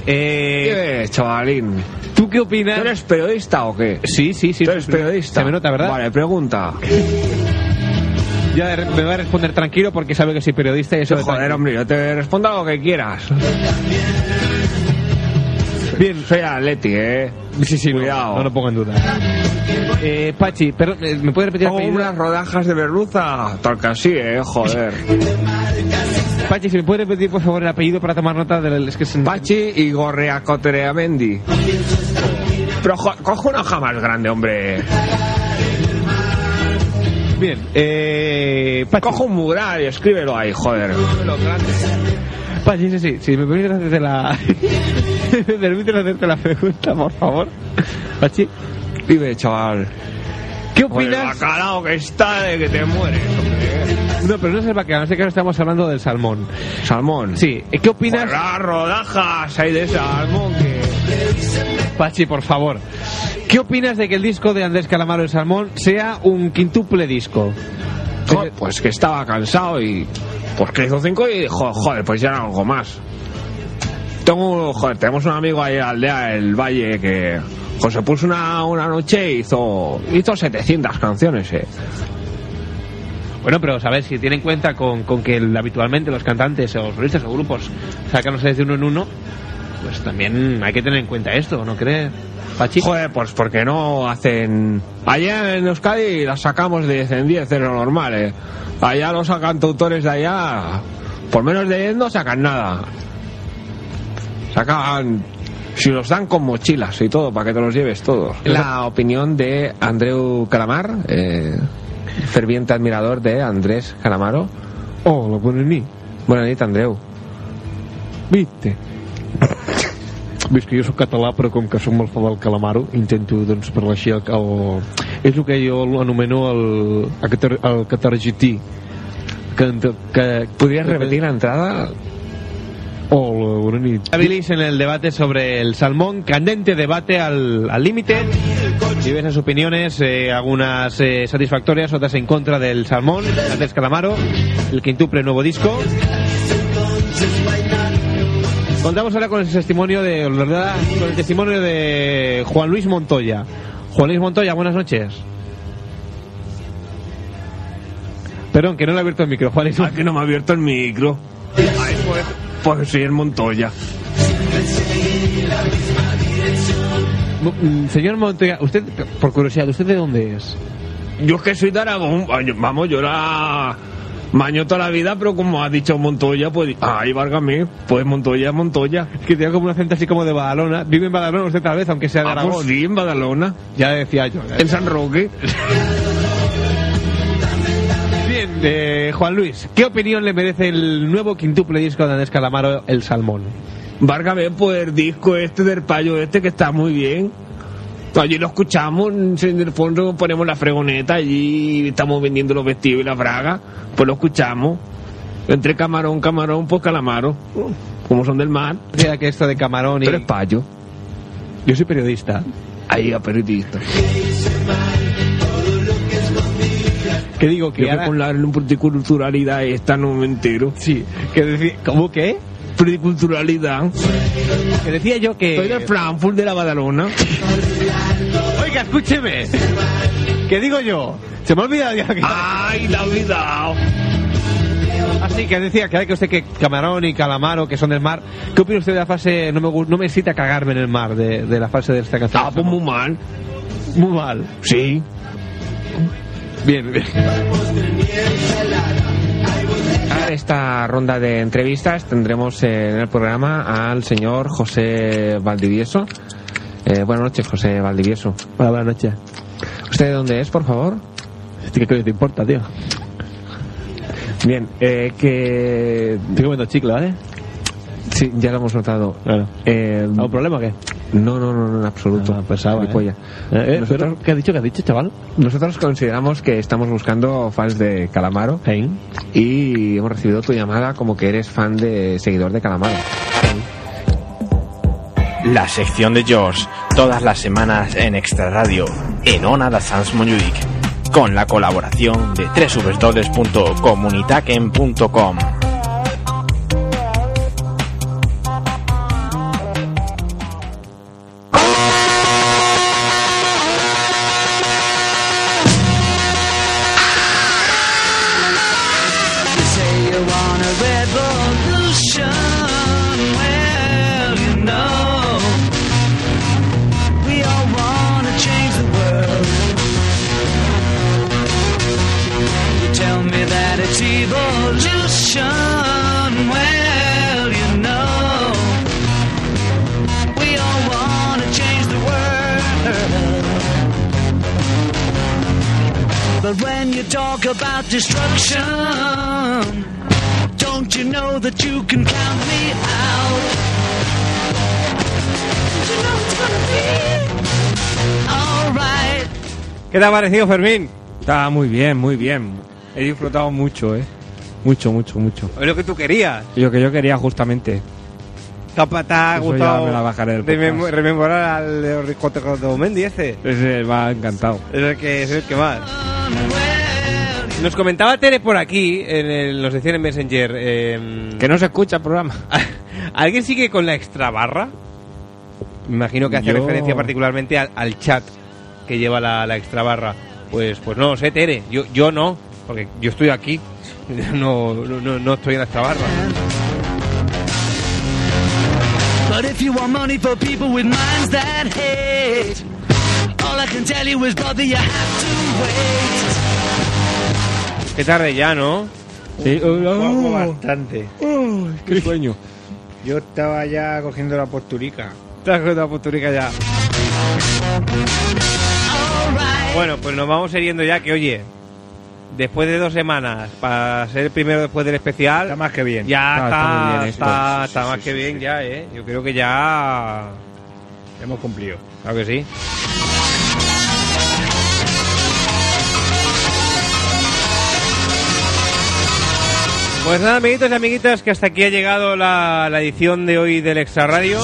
Eh... chavalín? ¿Tú qué opinas? ¿Tú eres periodista o qué? Sí, sí, sí. Tú eres periodista. Se me nota, ¿verdad? Vale, pregunta. Ya de- me va a responder tranquilo porque sabe que soy periodista y eso... me Joder, hombre, yo te respondo lo que quieras. Bien. Soy Atleti, ¿eh? Sí, sí, Cuidado. No, lo pongo en duda. Eh, Pachi, perdón, eh, ¿me puedes repetir el Pongo apellido? unas rodajas de merluza. Tal que así, ¿eh? Joder. Pachi, si me puedes repetir por favor el apellido para tomar nota del es que se- Pachi y Gorreacotereamendi. Pero jo- coge una hoja más grande, hombre. Bien, eh. Pachi. Coge un mural y escríbelo ahí, joder. Pachi, sí, sí, si me permites hacerte la. [laughs] me permites hacerte la pregunta, por favor. Pachi. Dime, chaval. ¿Qué Con el opinas? bacalao que está de que te mueres, hombre. No, pero no es el bacalao, en este caso estamos hablando del salmón. ¿Salmón? Sí, ¿qué opinas? Joder, las rodajas hay de salmón que... Pachi, por favor. ¿Qué opinas de que el disco de Andrés Calamaro el Salmón sea un quintuple disco? Jo, pues que estaba cansado y... Pues que hizo cinco y... jo- Joder, pues ya era algo más. Tengo... Joder, tenemos un amigo ahí en la aldea del Valle que... Pues se puso una, una noche y hizo... Hizo 700 canciones, eh. Bueno, pero sabes, si tienen cuenta con, con que el- habitualmente los cantantes o solistas o grupos sacan ustedes de uno en uno, pues también hay que tener en cuenta esto, ¿no crees? Pachi. Joder, pues porque no hacen... Allá en Euskadi las sacamos de 10 en 10, es lo normal, eh. Allá los cantautores de allá... Por menos de 10 no sacan nada. Sacan... Si los dan con mochilas y todo, para que te los lleves todos. La opinión de Andreu Calamar, eh, ferviente admirador de Andrés Calamaro. Oh, lo ponen ni. Buenas noches, Andreu. Viste. Ves que jo sóc català, però com que sóc molt fan del calamaro, intento doncs, parlar així. El, el, és el que jo anomeno el, el, catar, el catargití. Que, que, Podries repetir l'entrada? Hola, bona nit. Habilis en el debate sobre el salmón, candente debate al al límite. Diversas opiniones, eh, algunas eh, satisfactorias, otras en contra del salmón, Andrés Calamaro, el quintuple nuevo disco. Contamos ahora con el testimonio de con el testimonio de Juan Luis Montoya. Juan Luis Montoya, buenas noches. Perdón, que no le he abierto el micro, Juan Luis. Ah, que no me ha abierto el micro. Ay, pues, pues soy el Montoya. Mo- mm, Señor Montoya, usted, por curiosidad, ¿usted de dónde es? Yo es que soy de Aragón. Ay, yo- Vamos, yo era maño toda la Ah, vida, pero como ha dicho Montoya, pues... Ay, válgame, pues Montoya es Montoya. Que tenía como un acento así como de Badalona. Vive en Badalona usted tal vez, aunque sea de Ah, Aragón. pues sí, en Badalona. Ya decía yo. En San Roque. Bien, eh, Juan Luis, ¿qué opinión le merece el nuevo quintuple disco de Andrés Calamaro, El Salmón? Válgame, pues el disco este del payo este que está muy bien. Allí lo escuchamos, en el fondo ponemos la fregoneta, allí estamos vendiendo los vestidos y la braga, pues lo escuchamos. Entre camarón, camarón, pues calamaro, como son del mar. Mira que esto de camarón y... Pero es payo. Yo soy periodista. Ahí, a periodista. ¿Qué digo? Que Yo ahora- con la pluriculturalidad esta no me entero. Sí. ¿Qué decir? ¿Cómo qué? Pluriculturalidad. Que decía yo que... Soy del Frankfurt de la Badalona. Oiga, escúcheme. ¿Qué digo yo? Se me ha olvidado ya que... ¡Ay, la he olvidado! Así que decía que hay que usted que camarón y calamaro que son del mar. ¿Qué opina usted de la frase no me, gu- no me excita cagarme en el mar de, de la frase de esta canción? Ah, pues muy mal. Muy mal. Sí. Bien, bien. Para esta ronda de entrevistas tendremos eh, en el programa al señor José Valdivieso. Eh, buenas noches, José Valdivieso. Hola, buenas noches. ¿Usted de dónde es, por favor? ¿Este ¿Qué coño te importa, tío? Bien, eh, que... Estoy comiendo chicle, ¿eh? Sí, ya lo hemos notado. Eh, ¿Algún problema o qué? No, no, no, no, en absoluto. Ah, pues pensaba, Gilipollas. Eh, eh, Nosotros- pero, ¿Qué has dicho? ¿Qué has dicho, chaval? Nosotros consideramos que estamos buscando fans de Calamaro y hemos recibido tu llamada como que eres fan de seguidor de Calamaro. La sección de George, todas las semanas en Extra Radio, en Ona da Sans Montjuïc, con la colaboración de www.comunitaquen.com. You say you want a revolution. Well, you know, we all want to change the world. You tell me that it's evolution. Well, you know, we all want to change the world. But when you talk about destruction, don't you know that you can count me out? You know it's gonna be alright. ¿Qué te ha parecido, Fermín? Está muy bien, muy bien. He disfrutado mucho, ¿eh? Mucho, mucho, mucho. Es lo que tú querías. Lo que yo quería justamente. Tapa, te ha Eso gustado ya me la bajaré del de podcast. memo- rememorar al de Ricotejo de Omendi este. Ese va encantado. Es el que, es el que más. Nos comentaba Tere por aquí, en el- los decían en Messenger. em, Que no se escucha el programa. [laughs] ¿Alguien sigue con la extra barra? Imagino que hace Yo- referencia particularmente al, al chat que lleva la, la extra barra. Pues, pues no lo sé, Tere. Yo, yo no, porque yo estoy aquí. [laughs] No, no, no- no estoy en la extra barra. But if you want money for people with minds that hate, all I can tell you is, brother, you have to wait. Qué tarde ya, ¿no? Sí, uh, Guapo bastante. qué sueño. Yo estaba ya cogiendo la posturica. Estás cogiendo la posturica ya. Bueno, pues nos vamos heriendo ya que, oye, después de dos semanas, para ser el primero después del especial... Está más que bien. Ya Ah, Está- está muy bien esto. está, está, Sí, sí, está sí, más sí, que sí, bien sí. ya, ¿eh? Yo creo que ya... Hemos cumplido. Claro que sí. Pues nada, amiguitos y amiguitas, que hasta aquí ha llegado la, la edición de hoy del Extra Radio.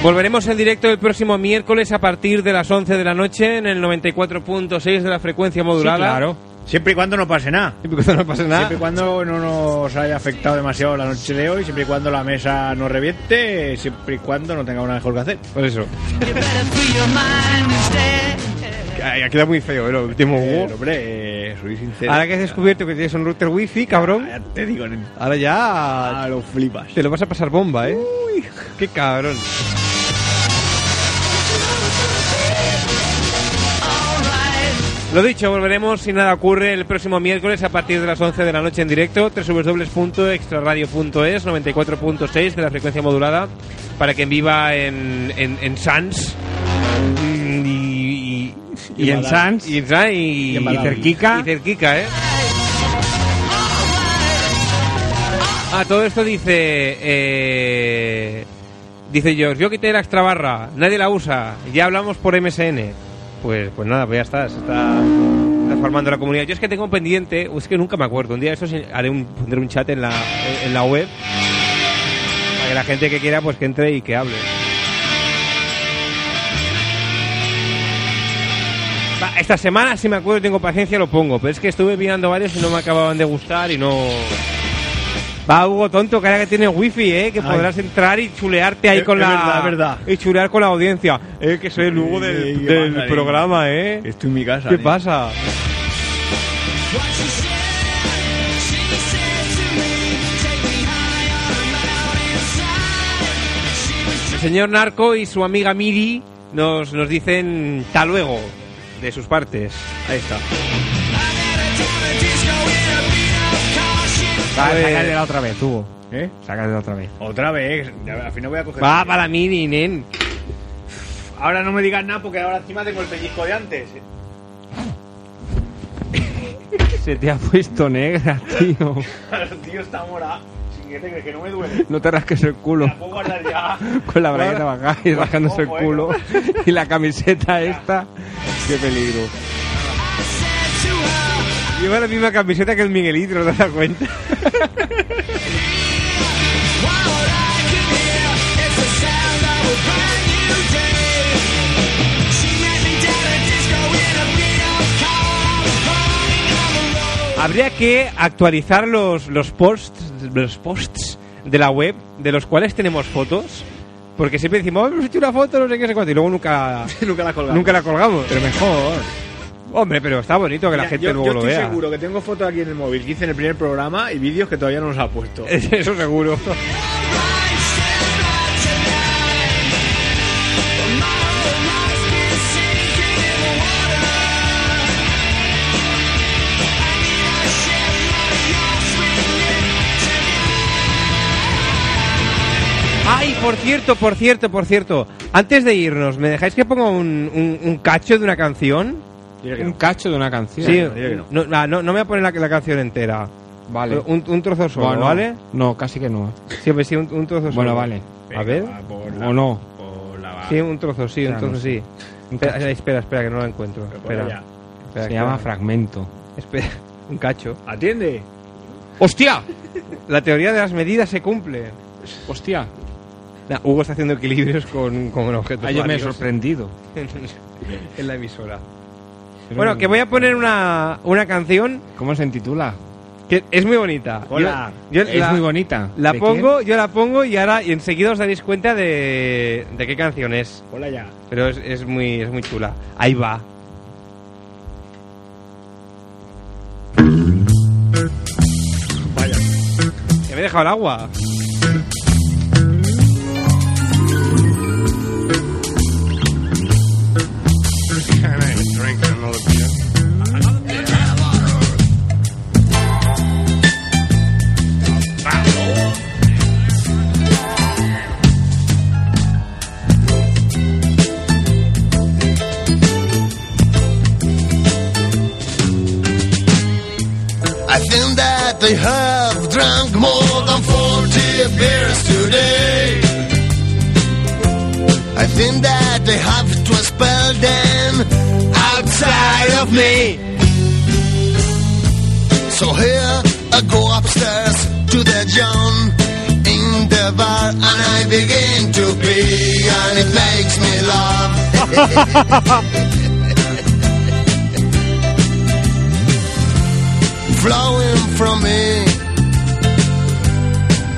Volveremos en directo el próximo miércoles a partir de las 11 de la noche en el 94.6 de la frecuencia modulada. Sí, claro. Siempre y cuando no pase nada. Siempre y cuando no pase nada. Siempre y cuando no nos haya afectado demasiado la noche de hoy, siempre y cuando la mesa no reviente, siempre y cuando no tengamos nada mejor que hacer. Por eso. Free your mind instead. Ha quedado muy feo el último Pero, hombre, eh, soy sincero. Ahora que has descubierto que tienes un router wifi, cabrón. Te digo, nen. Ahora ya. Ah, lo flipas. Te lo vas a pasar bomba, ¿eh? Uy, qué cabrón. Lo dicho, volveremos si nada ocurre el próximo miércoles a partir de las 11 de la noche en directo, www.extraradio.es, 94.6 de la frecuencia modulada, para que en viva en, en, en Sans. Mm, Y, Y en Sans. Y en Sans y, Y en Malawi. cerquica. Y cerquica, ¿eh? A todo esto dice... eh, Dice George, yo quité la extra barra, nadie la usa, ya hablamos por MSN. Pues, pues nada, pues ya está, se está transformando la comunidad. Yo es que tengo pendiente, es que nunca me acuerdo, un día eso haré un, pondré un chat en la, en la web para que la gente que quiera pues que entre y que hable. Va, Esta semana, si me acuerdo y tengo paciencia, lo pongo, pero es que estuve mirando varios y no me acababan de gustar y no... Va, Hugo Tonto, que ahora que tienes wifi, ¿eh? que Ay. podrás entrar y chulearte ahí Es- con es la... verdad, es verdad. Y chulear con la audiencia. Eh, que soy el Hugo Ey, del, qué del mandarín. programa, ¿eh? Estoy en mi casa. ¿Qué tío. pasa? El señor Narco y su amiga Miri nos, nos dicen ta luego de sus partes. Ahí está. Va, Pues- sácatela otra vez, Hugo. ¿Eh? Sácatela otra vez. Otra vez, ya, al final voy a coger. Va para la Miri, nen. Ahora no me digas nada porque ahora encima tengo el pellizco de antes. [laughs] Se te ha puesto negra, tío. El tío está morado. Sin que te crees que no me duele. No te rasques el culo. La puedo guardar ya. Con la bragueta bajada y rascándose el bueno. culo. Y la camiseta esta. Qué peligro. Lleva la misma camiseta que el Miguelito, ¿no te das cuenta? [laughs] Habría que actualizar los, los posts los posts de la web, de los cuales tenemos fotos. Porque siempre decimos, "Oh, hemos hecho una foto, no sé qué, no sé cuánto, y luego nunca, [laughs] nunca la colgamos. [laughs] Nunca la colgamos. Pero mejor. Hombre, pero está bonito que la Mira, gente yo, luego yo lo estoy vea. seguro que tengo fotos aquí en el móvil que hice en el primer programa y vídeos que todavía no [laughs] nos ha puesto. [laughs] Eso seguro. Ay, por cierto, por cierto, por cierto. Antes de irnos, ¿me dejáis que ponga un, un- un cacho de una canción? Un cacho de una canción. Sí, no, ah, no, no me voy a poner la, la canción entera. Vale. Un, un trozo solo, Bueno, ¿vale? No, casi que no. ¿eh? Sí, pues sí, un, un trozo solo. Bueno, vale. A ver. ¿O no? Sí, un trozo, sí, Ya, un trozo, no sí. sé. Espera, espera, espera, espera, que no la encuentro. Espera. ya. Espera, Se que- llama fragmento. Espera, un cacho. Atiende. ¡Hostia! La teoría de las medidas se cumple. ¡Hostia! Nah, Hugo está haciendo equilibrios con, con objetos. Ah, yo me he varios. [laughs] sorprendido. en la emisora. Pero- Bueno, que voy a poner una, una canción ¿Cómo se intitula? que es muy bonita. Hola. Yo- yo es la- muy bonita. La ¿De pongo, yo la pongo y ahora y enseguida os daréis cuenta de, de qué canción es. Hola ya. Pero es, es muy, es muy chula. Ahí va. Vaya. Que me he dejado el agua. [laughs] I think that they have drunk more than 40 beers today. I think that they have to expel them outside of me. So here I go upstairs to the John in the bar and I begin to pee and it makes me laugh. [laughs] flowing from me.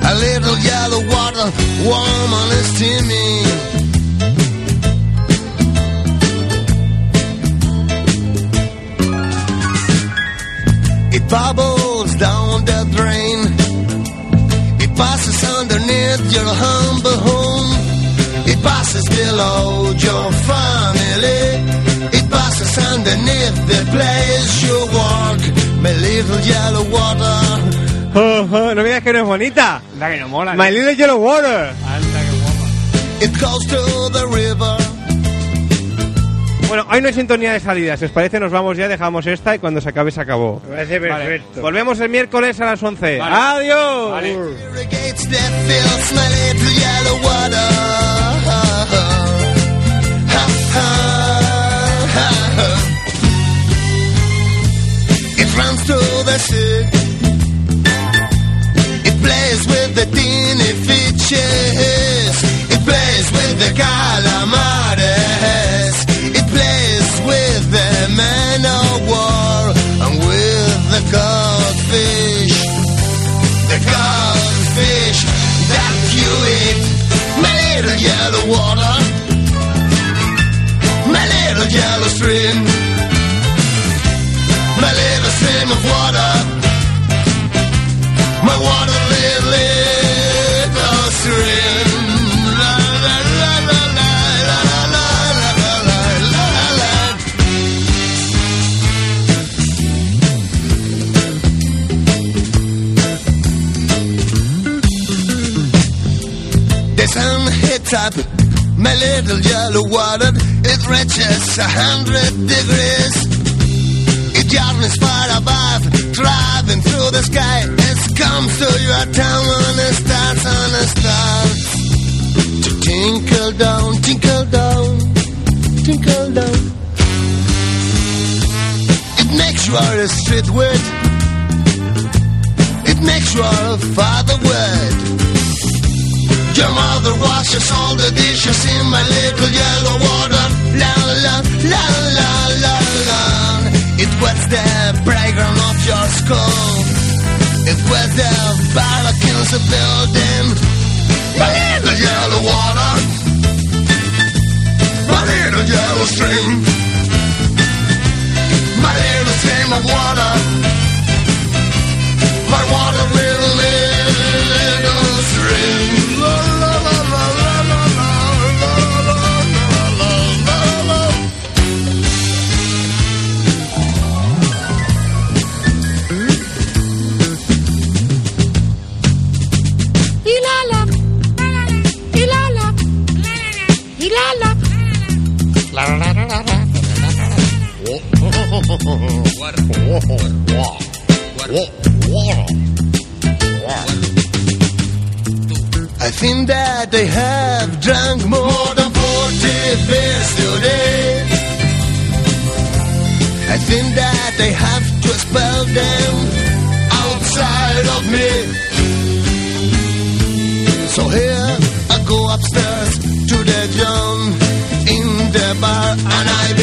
A little yellow water, warm and steamy. It bubbles down the drain. It passes underneath your humble home. It passes below your family. It passes underneath the place you walk. My little yellow water. no me digas que no es bonita. La que no mola. My Little Yellow Water. It goes to the river. Bueno, hoy no hay sintonía de salida. Si os parece, nos vamos ya, dejamos esta y cuando se acabe, se acabó. Me parece Vale. perfecto. Volvemos el miércoles a las 11. ¡Adiós! irrigates that field, smelly blue yellow water. Ha, ha, ha, ha. It runs through the sea. It plays with the teeny features. It plays with the calamares. It plays with the man o' war and with the goldfish the goldfish that you eat. My little yellow water, my little yellow stream, my little stream of water, my water little, little stream. La, la, la, la, la, la, la, la, la, la, la, la, la. The sun hits up my little yellow water. It reaches a hundred degrees. It yarns far above, driving through the sky. It comes to your town on it starts on it starts to tinkle down, tinkle down, tinkle down. It makes your street wet. It makes your father wet. Your mother washes all the dishes in my little yellow water. La la la la la la. It was the playground of your school. It was the Barrackins building. My little yellow water. My little yellow stream. My little stream of water. My water little little stream. La la la la la la la la la la la la la. Hilala. Hilala. [laughs] Hilala. Oh, I think that I have drunk more than 40 beers today. I think that I have to expel them outside of me. So here I go upstairs to the John in the bar and I begin. Oh, Um,